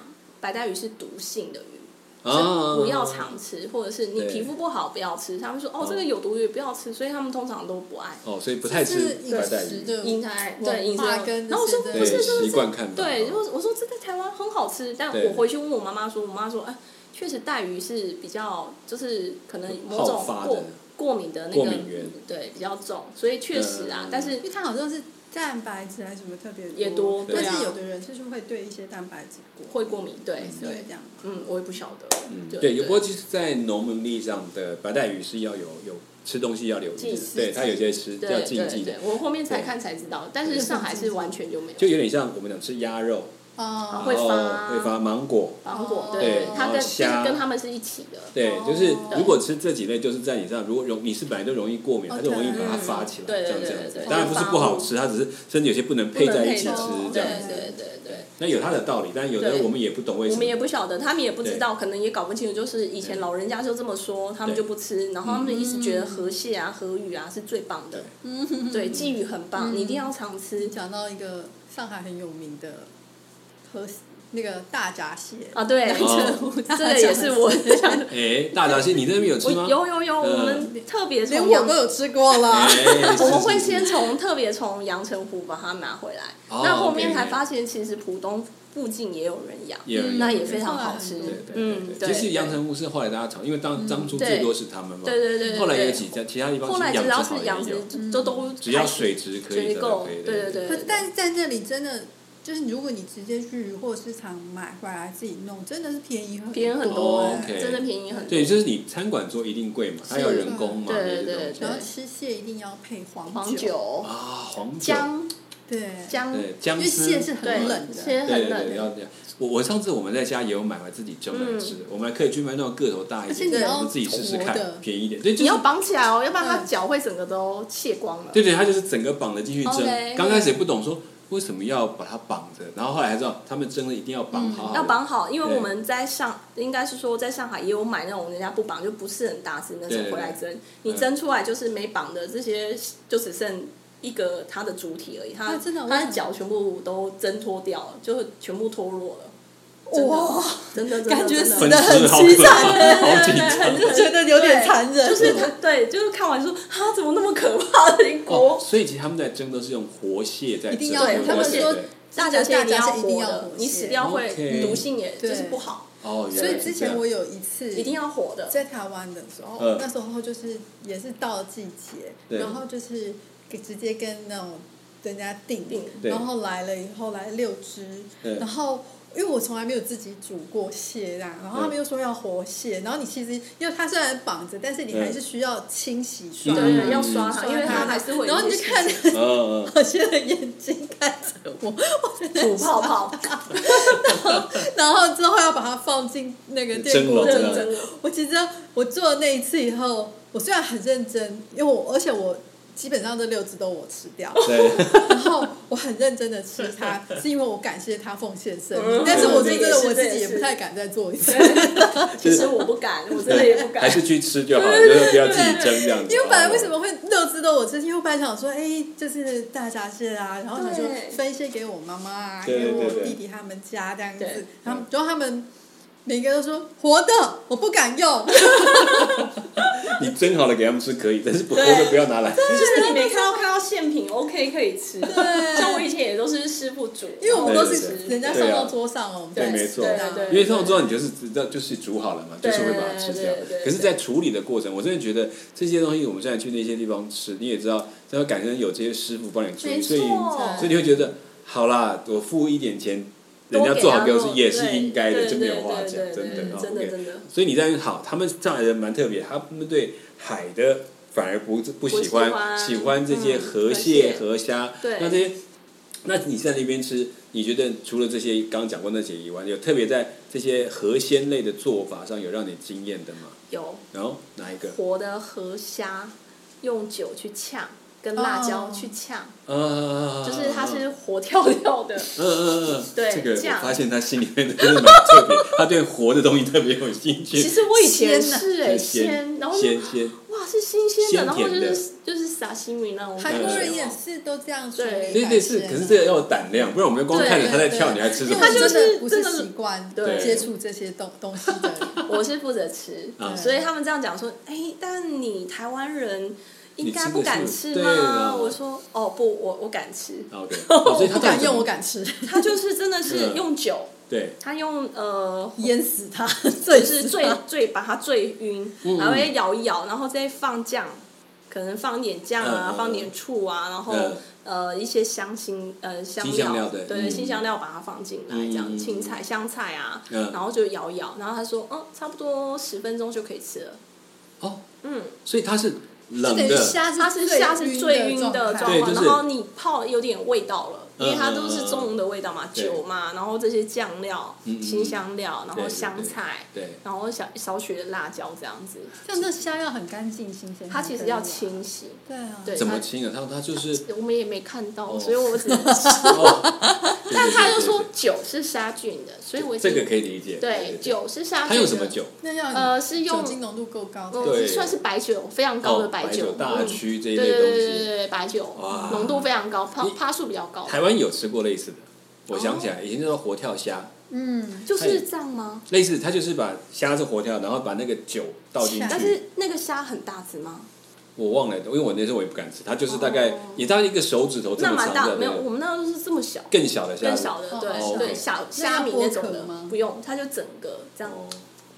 [SPEAKER 2] 白带鱼是毒性的鱼，
[SPEAKER 1] 啊，
[SPEAKER 2] 不要常吃，或者是你
[SPEAKER 1] 对
[SPEAKER 2] 皮肤不好不要吃。他们说
[SPEAKER 1] 哦
[SPEAKER 2] 哦，这个有毒鱼不要吃，所以他们通常都不爱。
[SPEAKER 1] 哦，所以不太
[SPEAKER 3] 这是
[SPEAKER 1] 吃白带
[SPEAKER 3] 饮食
[SPEAKER 1] 鱼，
[SPEAKER 3] 的
[SPEAKER 2] 应该
[SPEAKER 3] 文
[SPEAKER 2] 对饮食
[SPEAKER 3] 化
[SPEAKER 2] 的
[SPEAKER 3] 跟
[SPEAKER 2] 然后我说
[SPEAKER 3] 这些
[SPEAKER 2] 不是
[SPEAKER 1] 对
[SPEAKER 2] 这是
[SPEAKER 1] 习惯看法，
[SPEAKER 2] 对，
[SPEAKER 1] 哦
[SPEAKER 2] 我我说这在台湾很好吃，但
[SPEAKER 1] 对
[SPEAKER 2] 我回去问我妈妈说，我妈说，哎，确实带鱼是比较就是可能某
[SPEAKER 1] 好
[SPEAKER 2] 种
[SPEAKER 1] 发
[SPEAKER 2] 过
[SPEAKER 1] 的
[SPEAKER 2] 过敏的那
[SPEAKER 1] 过
[SPEAKER 2] 个
[SPEAKER 1] 敏源
[SPEAKER 2] 对比较重，所以确实啊
[SPEAKER 1] 嗯，
[SPEAKER 2] 但
[SPEAKER 3] 因
[SPEAKER 2] 是
[SPEAKER 3] 为它好像是蛋白质还是什么特别
[SPEAKER 2] 也多
[SPEAKER 1] 对
[SPEAKER 3] 但
[SPEAKER 2] 啊
[SPEAKER 3] 是有的人就是会对一些蛋白质过，
[SPEAKER 2] 会过敏，对
[SPEAKER 3] 是会
[SPEAKER 2] 对
[SPEAKER 3] 这，样。
[SPEAKER 2] 嗯，我也不晓得，
[SPEAKER 1] 嗯，
[SPEAKER 2] 对
[SPEAKER 1] 对，不过其实，在农民历上的白带鱼是要有有吃东西要留意
[SPEAKER 2] 禁
[SPEAKER 1] 的
[SPEAKER 2] 忌，
[SPEAKER 1] 对，它有些吃
[SPEAKER 2] 对
[SPEAKER 1] 叫禁忌
[SPEAKER 2] 对
[SPEAKER 1] 的
[SPEAKER 2] 对，，我后面才看才知道，但是上海是完全就没有
[SPEAKER 1] 就有点像我们讲吃鸭肉，
[SPEAKER 3] 哦，
[SPEAKER 2] 会
[SPEAKER 1] 然后
[SPEAKER 2] 发
[SPEAKER 1] 会发芒果，
[SPEAKER 2] 芒果，
[SPEAKER 1] 对
[SPEAKER 2] 对，
[SPEAKER 1] 然
[SPEAKER 2] 它
[SPEAKER 1] 后
[SPEAKER 2] 跟就是
[SPEAKER 1] 虾
[SPEAKER 2] 跟他们是一起的，
[SPEAKER 1] 对，就是
[SPEAKER 3] 哦
[SPEAKER 1] 如果吃这几类，就是在你上，如果容你是本来就容易过敏，
[SPEAKER 3] 哦
[SPEAKER 1] 它就容易把它
[SPEAKER 3] 对
[SPEAKER 1] 发起来，
[SPEAKER 2] 对
[SPEAKER 1] 这样
[SPEAKER 2] 对对
[SPEAKER 1] 这样子
[SPEAKER 2] 对。对
[SPEAKER 1] 当然不是不好吃，它只是甚至有些不能配在一起
[SPEAKER 2] 不
[SPEAKER 1] 吃
[SPEAKER 2] 能配的
[SPEAKER 1] 这样
[SPEAKER 2] 对
[SPEAKER 1] 子。
[SPEAKER 2] 哦对对对。
[SPEAKER 1] 那有它的道理，但有的
[SPEAKER 2] 对
[SPEAKER 1] 我们也不懂为什
[SPEAKER 2] 我
[SPEAKER 1] 么
[SPEAKER 2] 们。也不晓得，他们也不知道，可能也搞不清楚。就是以前老人家就这么说，他们就不吃，然后他们一直觉得河蟹啊、河鱼啊是最棒的，对，鲫鱼很棒，你一定要常吃
[SPEAKER 3] 讲到一个上海很有名的和那个大闸蟹，
[SPEAKER 2] 啊。对，
[SPEAKER 1] <laughs> 哦
[SPEAKER 3] <laughs>
[SPEAKER 2] 这个也是我想的。
[SPEAKER 1] 哎，大闸蟹，你那边有吃
[SPEAKER 2] 我
[SPEAKER 1] 吗？
[SPEAKER 2] 有有有，
[SPEAKER 1] 嗯
[SPEAKER 2] 我们特别
[SPEAKER 3] 连
[SPEAKER 2] 从
[SPEAKER 3] 我
[SPEAKER 2] 阳
[SPEAKER 3] 都，有吃过了
[SPEAKER 1] 哎。
[SPEAKER 2] 啊 <laughs> 我们会
[SPEAKER 1] 是是
[SPEAKER 2] 先从特别从阳澄湖把它拿回来，
[SPEAKER 1] 哦
[SPEAKER 2] 那后面
[SPEAKER 1] OK，
[SPEAKER 2] 才发现其实浦东附近也有人养，
[SPEAKER 1] 也有人养
[SPEAKER 2] 嗯那也非常好吃
[SPEAKER 1] 对对。
[SPEAKER 2] 嗯
[SPEAKER 1] 对，对，
[SPEAKER 2] 对。嗯
[SPEAKER 1] 其实阳澄湖是后来大家炒，因为当当初最多是他们嘛，
[SPEAKER 2] 对对对对
[SPEAKER 1] 后来有几家其他地方
[SPEAKER 2] 后来
[SPEAKER 1] 养
[SPEAKER 2] 只
[SPEAKER 1] 殖
[SPEAKER 2] 要
[SPEAKER 1] 好
[SPEAKER 2] 是
[SPEAKER 1] 像
[SPEAKER 2] 养
[SPEAKER 1] 也
[SPEAKER 2] 殖
[SPEAKER 1] 有，，
[SPEAKER 2] 就都
[SPEAKER 1] 嗯只要水质可以
[SPEAKER 2] 水
[SPEAKER 1] 的，
[SPEAKER 2] 够
[SPEAKER 1] 可以，
[SPEAKER 2] 对对
[SPEAKER 1] 对
[SPEAKER 2] 对
[SPEAKER 3] 可是但是在这里真的就是如果你直接去货市场买回来自己弄，真的是便宜很哎
[SPEAKER 2] 便宜很
[SPEAKER 1] 多
[SPEAKER 2] 多哎
[SPEAKER 1] 哦，，OK
[SPEAKER 2] 真的便宜很多。
[SPEAKER 1] 对，就是你餐馆做一定贵嘛，它要
[SPEAKER 2] 是嗯
[SPEAKER 1] 人工嘛，
[SPEAKER 2] 对
[SPEAKER 1] 那些
[SPEAKER 2] 对
[SPEAKER 1] 东西
[SPEAKER 2] 对
[SPEAKER 3] 然后吃蟹一定要配黄
[SPEAKER 2] 黄酒、
[SPEAKER 1] 啊，黄酒，
[SPEAKER 2] 姜、
[SPEAKER 3] 对，
[SPEAKER 2] 姜，
[SPEAKER 1] 对姜
[SPEAKER 3] 因为蟹
[SPEAKER 1] 丝
[SPEAKER 3] 是，
[SPEAKER 2] 对
[SPEAKER 3] 很冷，的，
[SPEAKER 2] 其实
[SPEAKER 1] 对对对，
[SPEAKER 2] 很冷
[SPEAKER 1] 要这样。我我上次我们在家也有买回来自己蒸来
[SPEAKER 2] 嗯
[SPEAKER 1] 吃，我们还可以去买那种个头大一
[SPEAKER 3] 而且
[SPEAKER 1] 点
[SPEAKER 3] 你
[SPEAKER 1] 的，
[SPEAKER 3] 要
[SPEAKER 1] 我们自己试试
[SPEAKER 3] 活的
[SPEAKER 1] 看，便宜一点。对，就
[SPEAKER 2] 你
[SPEAKER 1] 是
[SPEAKER 2] 要绑起来哦，要不然它
[SPEAKER 3] 嗯
[SPEAKER 2] 脚会整个都卸光了。
[SPEAKER 1] 对对，它就是整个绑着继续蒸
[SPEAKER 2] OK。
[SPEAKER 1] 刚开
[SPEAKER 3] 嗯
[SPEAKER 1] 始也不懂说为什么要把它绑着，然后后来才知道他们蒸的一定要绑
[SPEAKER 3] 嗯
[SPEAKER 1] 好好的，
[SPEAKER 2] 要绑好，因为
[SPEAKER 1] 对
[SPEAKER 2] 我们在上，应该是说在上海也有买那种人家不绑，就不是很大只那
[SPEAKER 1] 对
[SPEAKER 2] 种
[SPEAKER 1] 对
[SPEAKER 2] 回来
[SPEAKER 1] 对
[SPEAKER 2] 蒸，你蒸出来就是没绑的这些，就只剩一个它的主体而已，它
[SPEAKER 3] 啊真的我
[SPEAKER 2] 它的
[SPEAKER 3] 想
[SPEAKER 2] 脚全部都挣脱掉了，就是全部脱落了，真的
[SPEAKER 3] 哇，
[SPEAKER 2] 真的真的
[SPEAKER 3] 感觉
[SPEAKER 2] 真的
[SPEAKER 3] 死
[SPEAKER 1] 粉
[SPEAKER 3] 的
[SPEAKER 1] 丝
[SPEAKER 3] 很
[SPEAKER 1] 好
[SPEAKER 3] 凄
[SPEAKER 1] 可
[SPEAKER 3] 惨
[SPEAKER 1] 怕，好
[SPEAKER 2] 对
[SPEAKER 1] 紧
[SPEAKER 3] <laughs>
[SPEAKER 2] 对
[SPEAKER 1] 张。
[SPEAKER 2] 对
[SPEAKER 3] 觉得有点残忍
[SPEAKER 2] 就是它对，就是看完说啊，怎么那么可怕的一
[SPEAKER 1] 哦
[SPEAKER 2] 锅，，
[SPEAKER 1] 所以其实他们在蒸都是用活蟹在蒸，
[SPEAKER 3] 一定要
[SPEAKER 1] 对不对
[SPEAKER 2] 他们说
[SPEAKER 1] 对
[SPEAKER 2] 大闸蟹
[SPEAKER 3] 大闸蟹
[SPEAKER 2] 一
[SPEAKER 3] 一定
[SPEAKER 2] 定
[SPEAKER 3] 要
[SPEAKER 2] 要活的
[SPEAKER 3] 活，
[SPEAKER 2] 你
[SPEAKER 3] 蟹
[SPEAKER 2] 死掉会
[SPEAKER 1] OK
[SPEAKER 2] 毒性也就是
[SPEAKER 3] 对
[SPEAKER 2] 不好，
[SPEAKER 1] 哦，原
[SPEAKER 3] 所
[SPEAKER 1] 来
[SPEAKER 3] 以
[SPEAKER 1] 是
[SPEAKER 3] 之
[SPEAKER 1] 这样
[SPEAKER 3] 前我有一次
[SPEAKER 2] 一定要活的。
[SPEAKER 3] 在台湾的时候，
[SPEAKER 1] 嗯
[SPEAKER 3] 那时候就是也是到了季节，
[SPEAKER 1] 对
[SPEAKER 3] 然后就是给直接跟那种人家订
[SPEAKER 2] 订，
[SPEAKER 1] 对
[SPEAKER 3] 然后来了以后来了六只，
[SPEAKER 1] 嗯
[SPEAKER 3] 然后。因为我从来没有自己煮过蟹啦，然后他们
[SPEAKER 1] 嗯
[SPEAKER 3] 又说要活蟹，然后你其实因为它虽然绑着，但是你
[SPEAKER 1] 嗯
[SPEAKER 3] 还是需要清洗刷它，
[SPEAKER 2] 对
[SPEAKER 1] 嗯
[SPEAKER 2] 对，要刷它，
[SPEAKER 3] 刷
[SPEAKER 2] 因为它
[SPEAKER 3] 它
[SPEAKER 2] 还是会有
[SPEAKER 3] 然后
[SPEAKER 2] 一
[SPEAKER 3] 你
[SPEAKER 2] 些细
[SPEAKER 3] 就
[SPEAKER 2] 菌。
[SPEAKER 3] 看着
[SPEAKER 1] 嗯
[SPEAKER 3] <laughs>
[SPEAKER 1] 嗯
[SPEAKER 3] 我蟹的眼睛看着我，我在
[SPEAKER 2] 煮泡泡，
[SPEAKER 3] 然后之后要把它放进那个电
[SPEAKER 1] 蒸笼
[SPEAKER 3] 锅蒸
[SPEAKER 1] 这
[SPEAKER 3] 笼
[SPEAKER 1] 样。
[SPEAKER 3] 我其实我做了那一次以后，我虽然很认真，因为我而且我基本上这六只都我吃掉，
[SPEAKER 2] <laughs>
[SPEAKER 1] 对，
[SPEAKER 3] 然后我很认真的吃它，是因为我感谢它奉献生命
[SPEAKER 2] 嗯。
[SPEAKER 3] 但是我说真的，
[SPEAKER 2] 这也是
[SPEAKER 3] 我自己
[SPEAKER 2] 这也
[SPEAKER 3] 也
[SPEAKER 2] 是
[SPEAKER 3] 不太敢再做一次，
[SPEAKER 2] 其实我不敢，我真的也不敢
[SPEAKER 1] 还。是去吃就好了，就是不要自己蒸这样子。
[SPEAKER 3] <laughs> <laughs> 因为本来为什么会六只都我吃，因为我本来想说，哎，就是大闸蟹啊，然后想说
[SPEAKER 2] 对
[SPEAKER 3] 分一些给我妈妈啊，
[SPEAKER 1] 对
[SPEAKER 3] 给我
[SPEAKER 1] 对对
[SPEAKER 3] 弟弟他们家这样子
[SPEAKER 2] 对，
[SPEAKER 3] 他们然后他们每个都说活的，我不敢用。
[SPEAKER 1] 你蒸好了给他们吃可以，但是不活 <laughs> 的不要拿来。
[SPEAKER 2] 就是你没看到看到现品，OK 可以吃。
[SPEAKER 3] 对
[SPEAKER 2] 像我以前也都是师傅煮，
[SPEAKER 3] 因为我们都是
[SPEAKER 1] 对对对
[SPEAKER 3] 人家送到桌上了，我们
[SPEAKER 1] 对
[SPEAKER 3] 才
[SPEAKER 1] 没
[SPEAKER 3] 吃
[SPEAKER 1] 错
[SPEAKER 3] 的
[SPEAKER 2] 对对
[SPEAKER 1] 因为通常做你就是知道就是煮好了嘛，就是会把它吃掉
[SPEAKER 2] 对对对。对
[SPEAKER 1] 可是，在处理的过程，我真的觉得这些东西，我们现在去那些地方吃，你也知道，要感恩有这些师傅帮你处理，
[SPEAKER 2] 没
[SPEAKER 1] 所以
[SPEAKER 2] 错
[SPEAKER 1] 所以你会觉得，好啦，我付一点钱，人家做好给我吃也是应该的，
[SPEAKER 2] 对
[SPEAKER 1] 这没有话讲，
[SPEAKER 2] 对
[SPEAKER 1] 真
[SPEAKER 2] 对对
[SPEAKER 1] 的
[SPEAKER 2] 对
[SPEAKER 1] 哦
[SPEAKER 2] 真的
[SPEAKER 1] OK
[SPEAKER 2] 真的。
[SPEAKER 1] 所以你在好，他们上海人蛮特别，他们对海的反而不不喜欢，
[SPEAKER 2] 不喜欢
[SPEAKER 1] 喜欢这些
[SPEAKER 2] 嗯
[SPEAKER 1] 河蟹、
[SPEAKER 2] 河蟹
[SPEAKER 1] 河虾。
[SPEAKER 2] 对
[SPEAKER 1] 那这些，那你在那边吃，你觉得除了这些刚刚讲过那些以外，有特别在这些河鲜类的做法上有让你惊艳的吗？
[SPEAKER 2] 有
[SPEAKER 1] 然后哪一个？
[SPEAKER 2] 活的河虾，用酒去呛，跟辣椒
[SPEAKER 3] 哦
[SPEAKER 2] 去呛，
[SPEAKER 1] 呃，
[SPEAKER 2] 就是它是活跳跳
[SPEAKER 1] <laughs>
[SPEAKER 2] 的。
[SPEAKER 1] 嗯。嗯嗯嗯，
[SPEAKER 2] 对
[SPEAKER 1] 这个
[SPEAKER 2] 这样
[SPEAKER 1] 我发现他心里面真的蛮特别，他对活的东西特别有兴趣。
[SPEAKER 2] 其实我以前
[SPEAKER 3] 鲜啊
[SPEAKER 2] 是哎
[SPEAKER 1] 鲜
[SPEAKER 2] 鲜，然后就
[SPEAKER 1] 鲜鲜，
[SPEAKER 2] 哇是新鲜
[SPEAKER 1] 鲜
[SPEAKER 2] 的，然后就
[SPEAKER 1] 甜的
[SPEAKER 2] 是就是撒西米那种感觉
[SPEAKER 3] 韩
[SPEAKER 2] 哦。
[SPEAKER 3] 国人也是都这样处
[SPEAKER 2] 对
[SPEAKER 3] 理。
[SPEAKER 1] 对对是，可是这个要有胆量，不然我们光看着他在跳，你还吃什么？
[SPEAKER 3] 他
[SPEAKER 2] 因为
[SPEAKER 3] 就
[SPEAKER 2] 我
[SPEAKER 3] 是
[SPEAKER 2] 真的
[SPEAKER 3] 不
[SPEAKER 2] 不
[SPEAKER 3] 是
[SPEAKER 2] 是
[SPEAKER 3] 习
[SPEAKER 2] 习
[SPEAKER 3] 惯
[SPEAKER 2] 对
[SPEAKER 3] 接触这些东东西的人。
[SPEAKER 2] 我是负责吃
[SPEAKER 1] 啊，
[SPEAKER 2] 所以他们这样讲说，哎、但你台湾人应该不敢吃
[SPEAKER 1] 你吃不吃对
[SPEAKER 2] 吗？
[SPEAKER 1] 啊
[SPEAKER 2] 我说，哦不，我我敢
[SPEAKER 1] <laughs>
[SPEAKER 2] 吃。 <laughs>
[SPEAKER 1] OK，哦所以
[SPEAKER 3] 我
[SPEAKER 1] 他到
[SPEAKER 3] 不
[SPEAKER 1] 底
[SPEAKER 3] 敢
[SPEAKER 1] 怎
[SPEAKER 3] 用，
[SPEAKER 1] 么
[SPEAKER 3] 我敢吃， <laughs>
[SPEAKER 2] 他就是真的
[SPEAKER 1] 是
[SPEAKER 2] 是用酒，
[SPEAKER 1] 对，
[SPEAKER 2] 他用呃，
[SPEAKER 3] 淹死
[SPEAKER 2] <laughs>
[SPEAKER 3] 它，
[SPEAKER 2] 就
[SPEAKER 3] 醉
[SPEAKER 2] 是
[SPEAKER 3] 死
[SPEAKER 2] 醉
[SPEAKER 3] 它。
[SPEAKER 2] 醉把它醉晕，
[SPEAKER 1] 嗯
[SPEAKER 2] 还会摇一摇，然后再放酱，可能放点酱啊，
[SPEAKER 1] 嗯嗯
[SPEAKER 2] 放点醋啊，然后、
[SPEAKER 1] 嗯
[SPEAKER 2] 呃一些香辛呃香
[SPEAKER 1] 新香料
[SPEAKER 2] 料，
[SPEAKER 1] 对
[SPEAKER 2] 对
[SPEAKER 1] 嗯
[SPEAKER 2] 新香料把它放进来，
[SPEAKER 1] 嗯
[SPEAKER 2] 这样
[SPEAKER 1] 嗯
[SPEAKER 2] 青菜香菜啊，
[SPEAKER 1] 嗯
[SPEAKER 2] 然后就摇一摇，然后他说，嗯，差不多十分钟就可以吃了，
[SPEAKER 1] 哦，
[SPEAKER 2] 嗯。
[SPEAKER 1] 所以它是冷
[SPEAKER 3] 等于
[SPEAKER 1] 的，
[SPEAKER 3] 虾
[SPEAKER 2] 它是虾是
[SPEAKER 3] 醉
[SPEAKER 2] 最晕
[SPEAKER 3] 的
[SPEAKER 2] 的
[SPEAKER 3] 状
[SPEAKER 2] 状
[SPEAKER 1] 对
[SPEAKER 3] 态，啊
[SPEAKER 1] 就
[SPEAKER 2] 况，
[SPEAKER 1] 是
[SPEAKER 2] 然后你泡有点味道了，因为它都
[SPEAKER 1] 嗯嗯嗯
[SPEAKER 2] 是
[SPEAKER 1] 嗯
[SPEAKER 2] 中的味道嘛，
[SPEAKER 1] 对
[SPEAKER 2] 酒嘛，然后这些酱料、
[SPEAKER 1] 嗯嗯嗯
[SPEAKER 2] 新香料，然
[SPEAKER 1] 对
[SPEAKER 2] 后
[SPEAKER 1] 对
[SPEAKER 2] 香菜，
[SPEAKER 1] 对对
[SPEAKER 2] 然后小少许的辣椒这样子，
[SPEAKER 3] 像这虾要很干净新鲜，
[SPEAKER 2] 它其实要。清洗，
[SPEAKER 3] 对啊，
[SPEAKER 2] 对，
[SPEAKER 1] 怎么
[SPEAKER 2] 它
[SPEAKER 1] 清啊？他他
[SPEAKER 2] <laughs>
[SPEAKER 1] 就是，
[SPEAKER 2] 我们也没看到，
[SPEAKER 1] 哦
[SPEAKER 2] 所以我只能，
[SPEAKER 1] 哦、
[SPEAKER 2] 但他就说
[SPEAKER 1] 对
[SPEAKER 2] 酒是杀菌的，所以我已
[SPEAKER 1] 对对对这
[SPEAKER 2] 经
[SPEAKER 1] 个可以理解，
[SPEAKER 2] 对酒是杀菌
[SPEAKER 1] 他
[SPEAKER 2] 的，
[SPEAKER 1] 用什么酒？
[SPEAKER 3] 那要
[SPEAKER 2] 呃是
[SPEAKER 3] 酒
[SPEAKER 2] 用
[SPEAKER 3] 精浓度够高才
[SPEAKER 2] 嗯
[SPEAKER 3] 可以。
[SPEAKER 1] 对
[SPEAKER 2] 算是白酒，非常高的
[SPEAKER 1] 哦白酒
[SPEAKER 2] 酒，
[SPEAKER 1] 大
[SPEAKER 2] 嗯
[SPEAKER 1] 曲这一
[SPEAKER 2] 对
[SPEAKER 1] 类
[SPEAKER 2] 对
[SPEAKER 1] 东
[SPEAKER 2] 对
[SPEAKER 1] 西
[SPEAKER 2] 对对，白酒
[SPEAKER 1] 哇
[SPEAKER 2] 浓度非常高，趴
[SPEAKER 1] 你
[SPEAKER 2] 趴数比较高，
[SPEAKER 1] 台湾有吃过类似的，我想起来，
[SPEAKER 2] 哦
[SPEAKER 1] 以前叫做活跳虾，
[SPEAKER 3] 嗯，
[SPEAKER 2] 就是这样吗？
[SPEAKER 1] 类似他就是把虾是活跳，然后把那个酒倒进
[SPEAKER 2] 但
[SPEAKER 1] 去，
[SPEAKER 2] 是那个虾很大只吗？
[SPEAKER 1] 我忘了，因为我那时候我也不敢吃，它就是大概、
[SPEAKER 2] 哦
[SPEAKER 1] 也大概一个手指头这
[SPEAKER 2] 那
[SPEAKER 1] 么
[SPEAKER 2] 蛮
[SPEAKER 1] 长
[SPEAKER 2] 大
[SPEAKER 1] 的，，
[SPEAKER 2] 没
[SPEAKER 1] 那
[SPEAKER 2] 有，
[SPEAKER 1] 个
[SPEAKER 2] 我们那都是这么小，
[SPEAKER 1] 更小的虾，
[SPEAKER 2] 更小的，对、
[SPEAKER 1] 哦
[SPEAKER 2] 对，
[SPEAKER 1] OK
[SPEAKER 2] 小
[SPEAKER 3] 那要
[SPEAKER 2] 虾米那种
[SPEAKER 3] 剥
[SPEAKER 2] 的
[SPEAKER 3] 壳吗
[SPEAKER 2] 不用，它就整个这样
[SPEAKER 1] 哦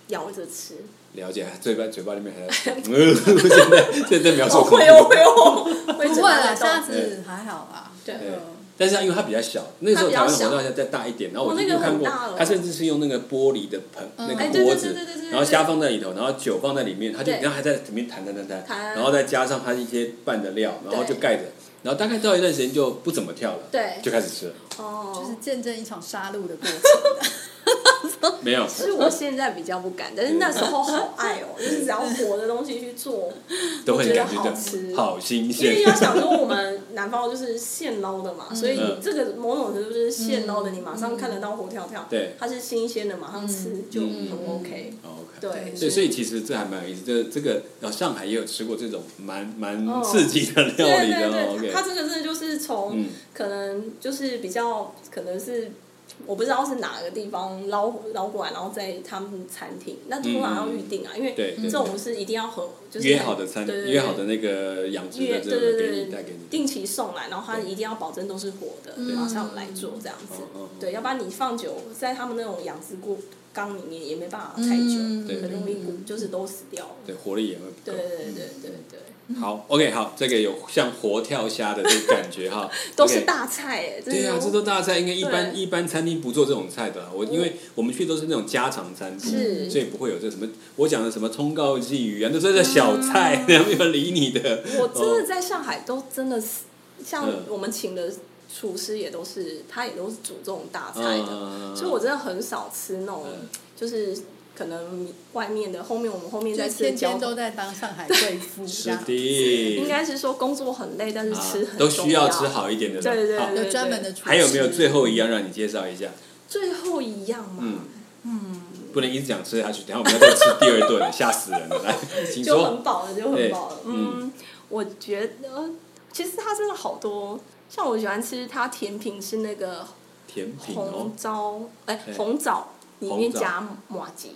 [SPEAKER 2] 咬着吃。
[SPEAKER 1] 了解，嘴巴嘴巴里面
[SPEAKER 2] <laughs>
[SPEAKER 1] 还在， <laughs> 嗯现在现在在描述
[SPEAKER 2] 哦， <laughs>
[SPEAKER 1] 恐怖
[SPEAKER 3] <laughs>
[SPEAKER 2] 会哦会哦，会
[SPEAKER 3] 不
[SPEAKER 2] 嘴
[SPEAKER 3] 会
[SPEAKER 2] 巴
[SPEAKER 3] 啦，
[SPEAKER 2] 在
[SPEAKER 3] 虾
[SPEAKER 2] 动
[SPEAKER 3] 子还好啦。
[SPEAKER 2] 对
[SPEAKER 3] 嗯
[SPEAKER 1] 但是它因为它比较小，那个时候台湾
[SPEAKER 2] 它比
[SPEAKER 1] 活
[SPEAKER 2] 较小
[SPEAKER 1] 动好像再大一点，然后我
[SPEAKER 2] 哦
[SPEAKER 1] 就
[SPEAKER 2] 那个
[SPEAKER 1] 有看
[SPEAKER 2] 很
[SPEAKER 1] 过
[SPEAKER 2] 大了，哦
[SPEAKER 1] 它甚至是用那个玻璃的盆
[SPEAKER 3] 嗯
[SPEAKER 1] 那
[SPEAKER 3] 哎
[SPEAKER 1] 个
[SPEAKER 2] 对对
[SPEAKER 1] 锅
[SPEAKER 2] 对
[SPEAKER 1] 子
[SPEAKER 2] 对对对，对
[SPEAKER 1] 然后虾放在里头，然后酒放在里面，它就
[SPEAKER 2] 对
[SPEAKER 1] 然后还在里面弹弹弹弹，
[SPEAKER 2] 弹
[SPEAKER 1] 然后再加上它一些拌的料，然后就
[SPEAKER 2] 对
[SPEAKER 1] 盖着，然后大概到一段时间就不怎么跳了，
[SPEAKER 2] 对
[SPEAKER 1] 就开始吃了，
[SPEAKER 2] 哦，
[SPEAKER 3] 就是见证一场杀戮的过程。
[SPEAKER 1] 没有，
[SPEAKER 2] 其实我现在比较不敢，但是那时候好
[SPEAKER 3] <laughs>
[SPEAKER 2] 爱哦，就是只要活的东西去做，
[SPEAKER 1] 都会
[SPEAKER 2] 我觉
[SPEAKER 1] 感
[SPEAKER 2] 得
[SPEAKER 1] 觉
[SPEAKER 2] 好
[SPEAKER 1] 到
[SPEAKER 2] 吃
[SPEAKER 1] 好新
[SPEAKER 2] 因为
[SPEAKER 1] 鲜，
[SPEAKER 2] 要想说我们南方就是现捞的嘛，所以
[SPEAKER 1] 嗯
[SPEAKER 2] 这个某种程度就是现捞的，你马
[SPEAKER 3] 嗯
[SPEAKER 2] 上看得到活跳跳，
[SPEAKER 1] 对
[SPEAKER 2] 它是新鲜的，马上吃就
[SPEAKER 3] 嗯
[SPEAKER 2] 很 OK。
[SPEAKER 1] 哦 OK。
[SPEAKER 2] 对，
[SPEAKER 1] 嗯所以，
[SPEAKER 3] 是
[SPEAKER 1] 所以其实这还蛮有意思，这这个，然后上海也有吃过这种蛮蛮
[SPEAKER 2] 哦
[SPEAKER 1] 刺激的料
[SPEAKER 2] 对
[SPEAKER 1] 理
[SPEAKER 2] 对
[SPEAKER 1] 的哦
[SPEAKER 2] 对，
[SPEAKER 1] ，OK，
[SPEAKER 2] 它这个真的就是从
[SPEAKER 1] 嗯，
[SPEAKER 2] 可能就是比较可能是。我不知道是哪个地方捞捞过来，然后在他们餐厅，那通常要预定啊，因为
[SPEAKER 1] 嗯对对
[SPEAKER 2] 这种是一定要和就是
[SPEAKER 1] 约好的餐，
[SPEAKER 2] 对对对
[SPEAKER 1] 约好的那个养殖
[SPEAKER 2] 约
[SPEAKER 1] 的这
[SPEAKER 2] 对
[SPEAKER 1] 个
[SPEAKER 2] 对
[SPEAKER 1] 给
[SPEAKER 2] 对
[SPEAKER 1] 你带给你。
[SPEAKER 2] 定期送来，然后他
[SPEAKER 1] 对
[SPEAKER 2] 一定要保证都是活的，马上来做这样子
[SPEAKER 1] 嗯嗯嗯。
[SPEAKER 2] 对，要不然你放久在他们那种养殖过缸里面也没办法 <laughs> 太久，
[SPEAKER 3] 嗯
[SPEAKER 1] 对
[SPEAKER 2] 很容易骨就是都死掉了。
[SPEAKER 1] 对，嗯活力也会不
[SPEAKER 2] 对
[SPEAKER 1] 够。
[SPEAKER 2] 对对对对对，
[SPEAKER 1] 好，OK，好，这个有像活跳虾的这个感觉哈，
[SPEAKER 2] <laughs> 都是
[SPEAKER 1] OK。
[SPEAKER 2] 大菜哎，真的
[SPEAKER 1] 对啊，这都大菜，应该一般
[SPEAKER 2] 对
[SPEAKER 1] 一般餐厅不做这种菜的啦。我
[SPEAKER 2] 嗯
[SPEAKER 1] 因为我们去都是那种家常餐厅，
[SPEAKER 2] 是
[SPEAKER 1] 所以不会有这什么我讲的什么葱告鲫鱼啊，那都是小菜， <laughs> 没
[SPEAKER 2] 嗯
[SPEAKER 1] 有人理你的。
[SPEAKER 2] <laughs> 我真
[SPEAKER 1] 哦
[SPEAKER 2] 的在上海都真的是，像
[SPEAKER 1] 嗯
[SPEAKER 2] 我们请的厨师也都是，他也都是煮这种大菜的，
[SPEAKER 1] 嗯
[SPEAKER 2] 所以我真的很少吃那种
[SPEAKER 1] 嗯，
[SPEAKER 2] 就是可能外面的。后面我们后面再
[SPEAKER 3] 就
[SPEAKER 2] 吃的
[SPEAKER 3] 天
[SPEAKER 2] 椒
[SPEAKER 3] 天都在当上海贵妇，这
[SPEAKER 1] 是
[SPEAKER 3] 样
[SPEAKER 1] 的，
[SPEAKER 2] 应该是说工作很累，但是
[SPEAKER 1] 啊
[SPEAKER 2] 吃很
[SPEAKER 1] 都
[SPEAKER 2] 重
[SPEAKER 1] 需要吃。好一点的啦。
[SPEAKER 2] 对对对
[SPEAKER 1] 好
[SPEAKER 2] 对
[SPEAKER 3] 有专门的厨师。
[SPEAKER 1] 还有没有最后一样让你介绍一下？
[SPEAKER 2] 最后一样嘛，
[SPEAKER 1] 嗯不能一直讲吃下去，等一下我们要再吃第二顿了，吓死人了！
[SPEAKER 2] <laughs>
[SPEAKER 1] 来，请
[SPEAKER 2] 就
[SPEAKER 1] 说。
[SPEAKER 2] 很饱了，就很饱了
[SPEAKER 1] 对。
[SPEAKER 2] 嗯，我觉得其实它真的好多，像我喜欢吃它甜品是那个
[SPEAKER 1] 甜品哦
[SPEAKER 2] 红，糟，哎、
[SPEAKER 1] 对
[SPEAKER 2] 红枣里面
[SPEAKER 1] 红枣
[SPEAKER 2] 加马吉，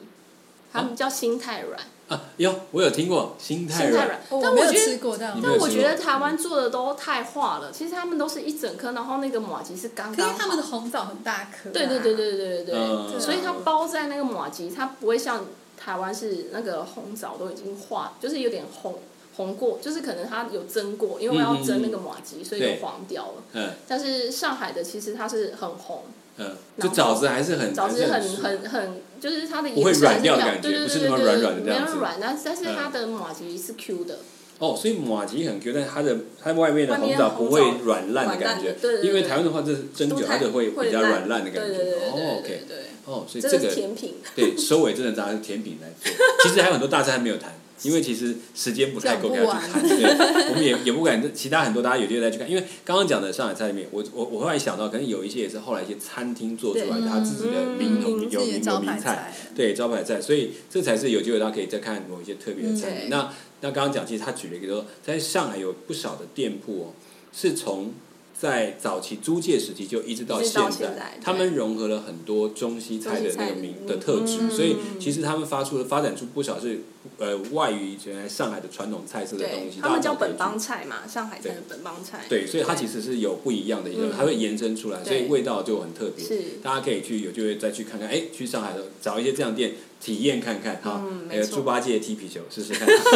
[SPEAKER 2] 他们叫心太软，
[SPEAKER 1] 啊哟，我有听过心
[SPEAKER 2] 心
[SPEAKER 1] 太
[SPEAKER 2] 太
[SPEAKER 1] 软
[SPEAKER 2] 软，。
[SPEAKER 3] 哦，
[SPEAKER 2] 但
[SPEAKER 3] 我没
[SPEAKER 2] 我
[SPEAKER 3] 有
[SPEAKER 2] 觉
[SPEAKER 3] 吃
[SPEAKER 2] 得。
[SPEAKER 3] 过这样
[SPEAKER 1] 你，没
[SPEAKER 2] 但
[SPEAKER 1] 有
[SPEAKER 2] 我
[SPEAKER 1] 吃
[SPEAKER 2] 觉
[SPEAKER 1] 过嗯
[SPEAKER 2] 得台湾做的都太化了，其实他们都是一整颗，然后那个马吉是刚
[SPEAKER 3] 可
[SPEAKER 2] 刚
[SPEAKER 3] 是
[SPEAKER 2] 好。
[SPEAKER 3] 他们的红枣很大颗啊。
[SPEAKER 2] 对对对对对对对，
[SPEAKER 1] 嗯
[SPEAKER 2] 所以它包在那个马吉，它不会像台湾是那个红枣都已经化，就是有点红红过，就是可能它有蒸过，因为我要蒸那个马吉，所
[SPEAKER 1] 嗯
[SPEAKER 2] 以
[SPEAKER 1] 对
[SPEAKER 2] 就黄掉了。
[SPEAKER 1] 嗯
[SPEAKER 2] 但是上海的其实它是很红，
[SPEAKER 1] 嗯，就枣子还是很
[SPEAKER 2] 枣子
[SPEAKER 1] 还
[SPEAKER 2] 很
[SPEAKER 1] 是酥
[SPEAKER 2] 很很，就是它的
[SPEAKER 1] 不会
[SPEAKER 2] 颜色还
[SPEAKER 1] 软掉的
[SPEAKER 2] 是
[SPEAKER 1] 感觉
[SPEAKER 2] 对对
[SPEAKER 1] 不是
[SPEAKER 2] 对
[SPEAKER 1] 那么
[SPEAKER 2] 对对，
[SPEAKER 1] 软软的这
[SPEAKER 2] 没
[SPEAKER 1] 样
[SPEAKER 2] 有
[SPEAKER 1] 子
[SPEAKER 2] 软，但但是
[SPEAKER 1] 嗯
[SPEAKER 2] 它的马吉是 Q 的，
[SPEAKER 1] 哦，所以马吉很 Q，但是它的它外面的红枣不会
[SPEAKER 2] 外面的红枣
[SPEAKER 1] 软烂的感觉
[SPEAKER 2] 软烂的对对，对
[SPEAKER 1] 因为台湾的话，这是蒸
[SPEAKER 2] 都
[SPEAKER 1] 久它
[SPEAKER 2] 太
[SPEAKER 1] 就会比较软烂的感
[SPEAKER 2] 对
[SPEAKER 1] 觉。
[SPEAKER 2] 对对对
[SPEAKER 1] 哦
[SPEAKER 2] 对对
[SPEAKER 1] ，OK，
[SPEAKER 2] 对，
[SPEAKER 1] 哦，所以
[SPEAKER 2] 这
[SPEAKER 1] 这
[SPEAKER 2] 个是
[SPEAKER 1] 个
[SPEAKER 2] 甜品，
[SPEAKER 1] 对收尾真的拿甜品来做，其实还有很多大菜还没有谈。因为其实时间不太够，给
[SPEAKER 3] 讲不
[SPEAKER 1] 他去谈。对，我们也也不敢。其他很多大家有机会再去看，因为刚刚讲的上海菜里面，我我我后来想到，可能有一些也是后来一些餐厅做出来的，
[SPEAKER 3] 对
[SPEAKER 1] 他自己的名
[SPEAKER 2] 嗯
[SPEAKER 1] 有
[SPEAKER 3] 自
[SPEAKER 1] 名
[SPEAKER 3] 己的
[SPEAKER 1] 有
[SPEAKER 3] 招
[SPEAKER 1] 名
[SPEAKER 3] 牌
[SPEAKER 1] 菜。
[SPEAKER 3] 菜。
[SPEAKER 1] <laughs> 对招牌菜，所以这才是有机会大家可以再看某一些特别的餐
[SPEAKER 3] 嗯
[SPEAKER 1] 厅。
[SPEAKER 2] 对
[SPEAKER 1] 那那刚刚讲，其实他举了一个说，在上海有不少的店铺哦，是从在早期租界时期就一直到
[SPEAKER 2] 一直到
[SPEAKER 1] 在，
[SPEAKER 2] 现在对
[SPEAKER 1] 他们融合了很多中西菜的那个名
[SPEAKER 2] 中西菜
[SPEAKER 1] 的特质，
[SPEAKER 2] 嗯
[SPEAKER 1] 所以其实他们发出了发展出不少是呃外于原来上海的传统菜色的东
[SPEAKER 2] 对
[SPEAKER 1] 西，，
[SPEAKER 2] 他们叫
[SPEAKER 1] 大家都可以
[SPEAKER 2] 本
[SPEAKER 1] 去
[SPEAKER 2] 帮菜嘛，上海菜的本帮菜，
[SPEAKER 1] 对，所以它其实是有不一样的一个
[SPEAKER 2] 嗯，
[SPEAKER 1] 它会延伸出来，所以
[SPEAKER 2] 对
[SPEAKER 1] 味道就很特别。
[SPEAKER 2] 是
[SPEAKER 1] 大家可以去有机会再去看看，哎，去上海的找一些这样的店体验看看哈
[SPEAKER 2] 嗯。
[SPEAKER 1] 那
[SPEAKER 2] 没
[SPEAKER 1] 个
[SPEAKER 2] 错
[SPEAKER 1] 猪八戒踢皮球试试看， <laughs>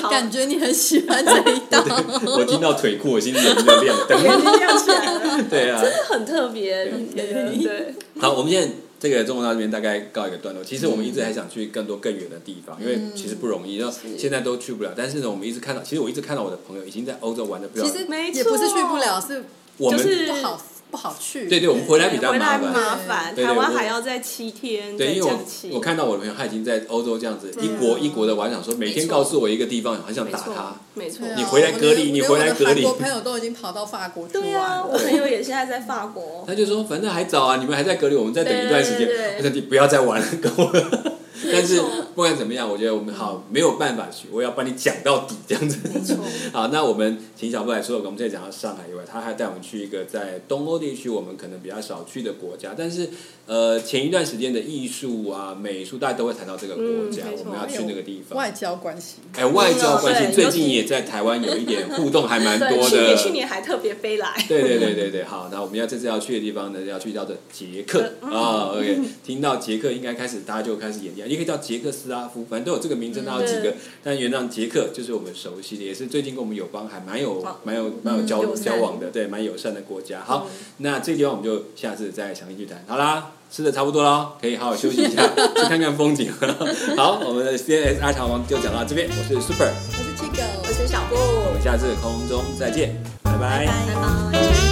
[SPEAKER 2] 好
[SPEAKER 3] 感觉你很喜欢这一道，
[SPEAKER 1] 我听到腿裤，我心里有点亮
[SPEAKER 2] <laughs>
[SPEAKER 1] 灯。
[SPEAKER 2] 眼睛亮
[SPEAKER 1] <laughs>
[SPEAKER 2] 起来了。
[SPEAKER 1] 对啊，
[SPEAKER 2] 很特别，嗯
[SPEAKER 3] 对
[SPEAKER 2] 对，
[SPEAKER 1] 好，我们现在这个中国到这边大概告一个段落。其实我们一直还想去更多更远的地方，因
[SPEAKER 2] 嗯
[SPEAKER 1] 为其实不容易，然后现在都去不了。但是呢，我们一直看到，其实我一直看到我的朋友已经在欧洲玩的不
[SPEAKER 3] 其
[SPEAKER 1] 了。
[SPEAKER 3] 实
[SPEAKER 2] 没错
[SPEAKER 3] 也不是去不了，是
[SPEAKER 1] 我们
[SPEAKER 2] 就是
[SPEAKER 3] 不好不好去。
[SPEAKER 1] 对对，我们回来比较
[SPEAKER 2] 回
[SPEAKER 1] 麻
[SPEAKER 2] 来
[SPEAKER 1] 烦。
[SPEAKER 2] 麻烦，
[SPEAKER 1] 对对
[SPEAKER 2] 台湾
[SPEAKER 1] 我
[SPEAKER 2] 还要再七天
[SPEAKER 1] 对，
[SPEAKER 2] 再
[SPEAKER 1] 因为我
[SPEAKER 2] 假期，
[SPEAKER 1] 我看到我的朋友他已经在欧洲这样子一国一国的玩，想说每天告诉我一个地方，很想
[SPEAKER 2] 啊没
[SPEAKER 1] 打
[SPEAKER 2] 错
[SPEAKER 1] 他。，
[SPEAKER 2] 没错
[SPEAKER 3] 对啊，
[SPEAKER 1] 你回来隔离你
[SPEAKER 3] 我连
[SPEAKER 1] 回来隔离
[SPEAKER 3] 我连我的韩国朋友都已经跑到法国去玩
[SPEAKER 2] 对啊，
[SPEAKER 3] 了。
[SPEAKER 2] 我朋友也现在在法
[SPEAKER 1] <laughs>
[SPEAKER 2] 国，
[SPEAKER 1] 他就说反正还早啊，你们还在隔离，我们再等一段时间
[SPEAKER 2] 对对。对
[SPEAKER 1] 他说你不要再玩了，跟我。但是
[SPEAKER 2] 没错
[SPEAKER 1] 不管怎么样，我觉得我们好没有办法去，我要帮你讲到底这样子。
[SPEAKER 2] 没错，
[SPEAKER 1] <laughs> 好，那我们请小布来说，我们这讲到上海以外，他还带我们去一个在东欧地区我们可能比较少去的国家，但是呃前一段时间的艺术啊、美术，大家都会谈到这个国家，
[SPEAKER 2] 嗯没
[SPEAKER 1] 我
[SPEAKER 2] 错
[SPEAKER 1] 们要去那个地方。
[SPEAKER 3] 外交关系，
[SPEAKER 1] 哎，外交关系
[SPEAKER 2] 对
[SPEAKER 1] 最
[SPEAKER 2] 尤其
[SPEAKER 1] 近也在台湾有一点互动，还蛮
[SPEAKER 2] 对，
[SPEAKER 1] 多
[SPEAKER 2] 去
[SPEAKER 1] 的
[SPEAKER 2] 年。去年还特别飞来，
[SPEAKER 1] 对对对对对，好，那我们要这次要去的地方呢，要去到的捷克啊、o k 听到捷克应该开始大家就开始眼睛啊，也可以叫捷克斯拉夫，反正都有这个名称，
[SPEAKER 3] 嗯
[SPEAKER 1] 它有几个
[SPEAKER 2] 对。
[SPEAKER 1] 但原谅捷克就是我们熟悉的，也是最近跟我们友邦还蛮有
[SPEAKER 2] 好
[SPEAKER 1] 蛮有蛮有交
[SPEAKER 2] 哦嗯友善
[SPEAKER 1] 交往的，对，蛮友善的国家。好
[SPEAKER 2] 嗯，
[SPEAKER 1] 那这个地方我们就下次再详细去谈。好啦，吃的差不多了，可以好好休息一下，去看看风景。好，我们的 CSR 茶王就讲到这边，我是 Super，
[SPEAKER 3] 我是 Chico，
[SPEAKER 2] 我是小布，
[SPEAKER 1] 我们下次空中再见，拜
[SPEAKER 3] 拜
[SPEAKER 2] 拜拜。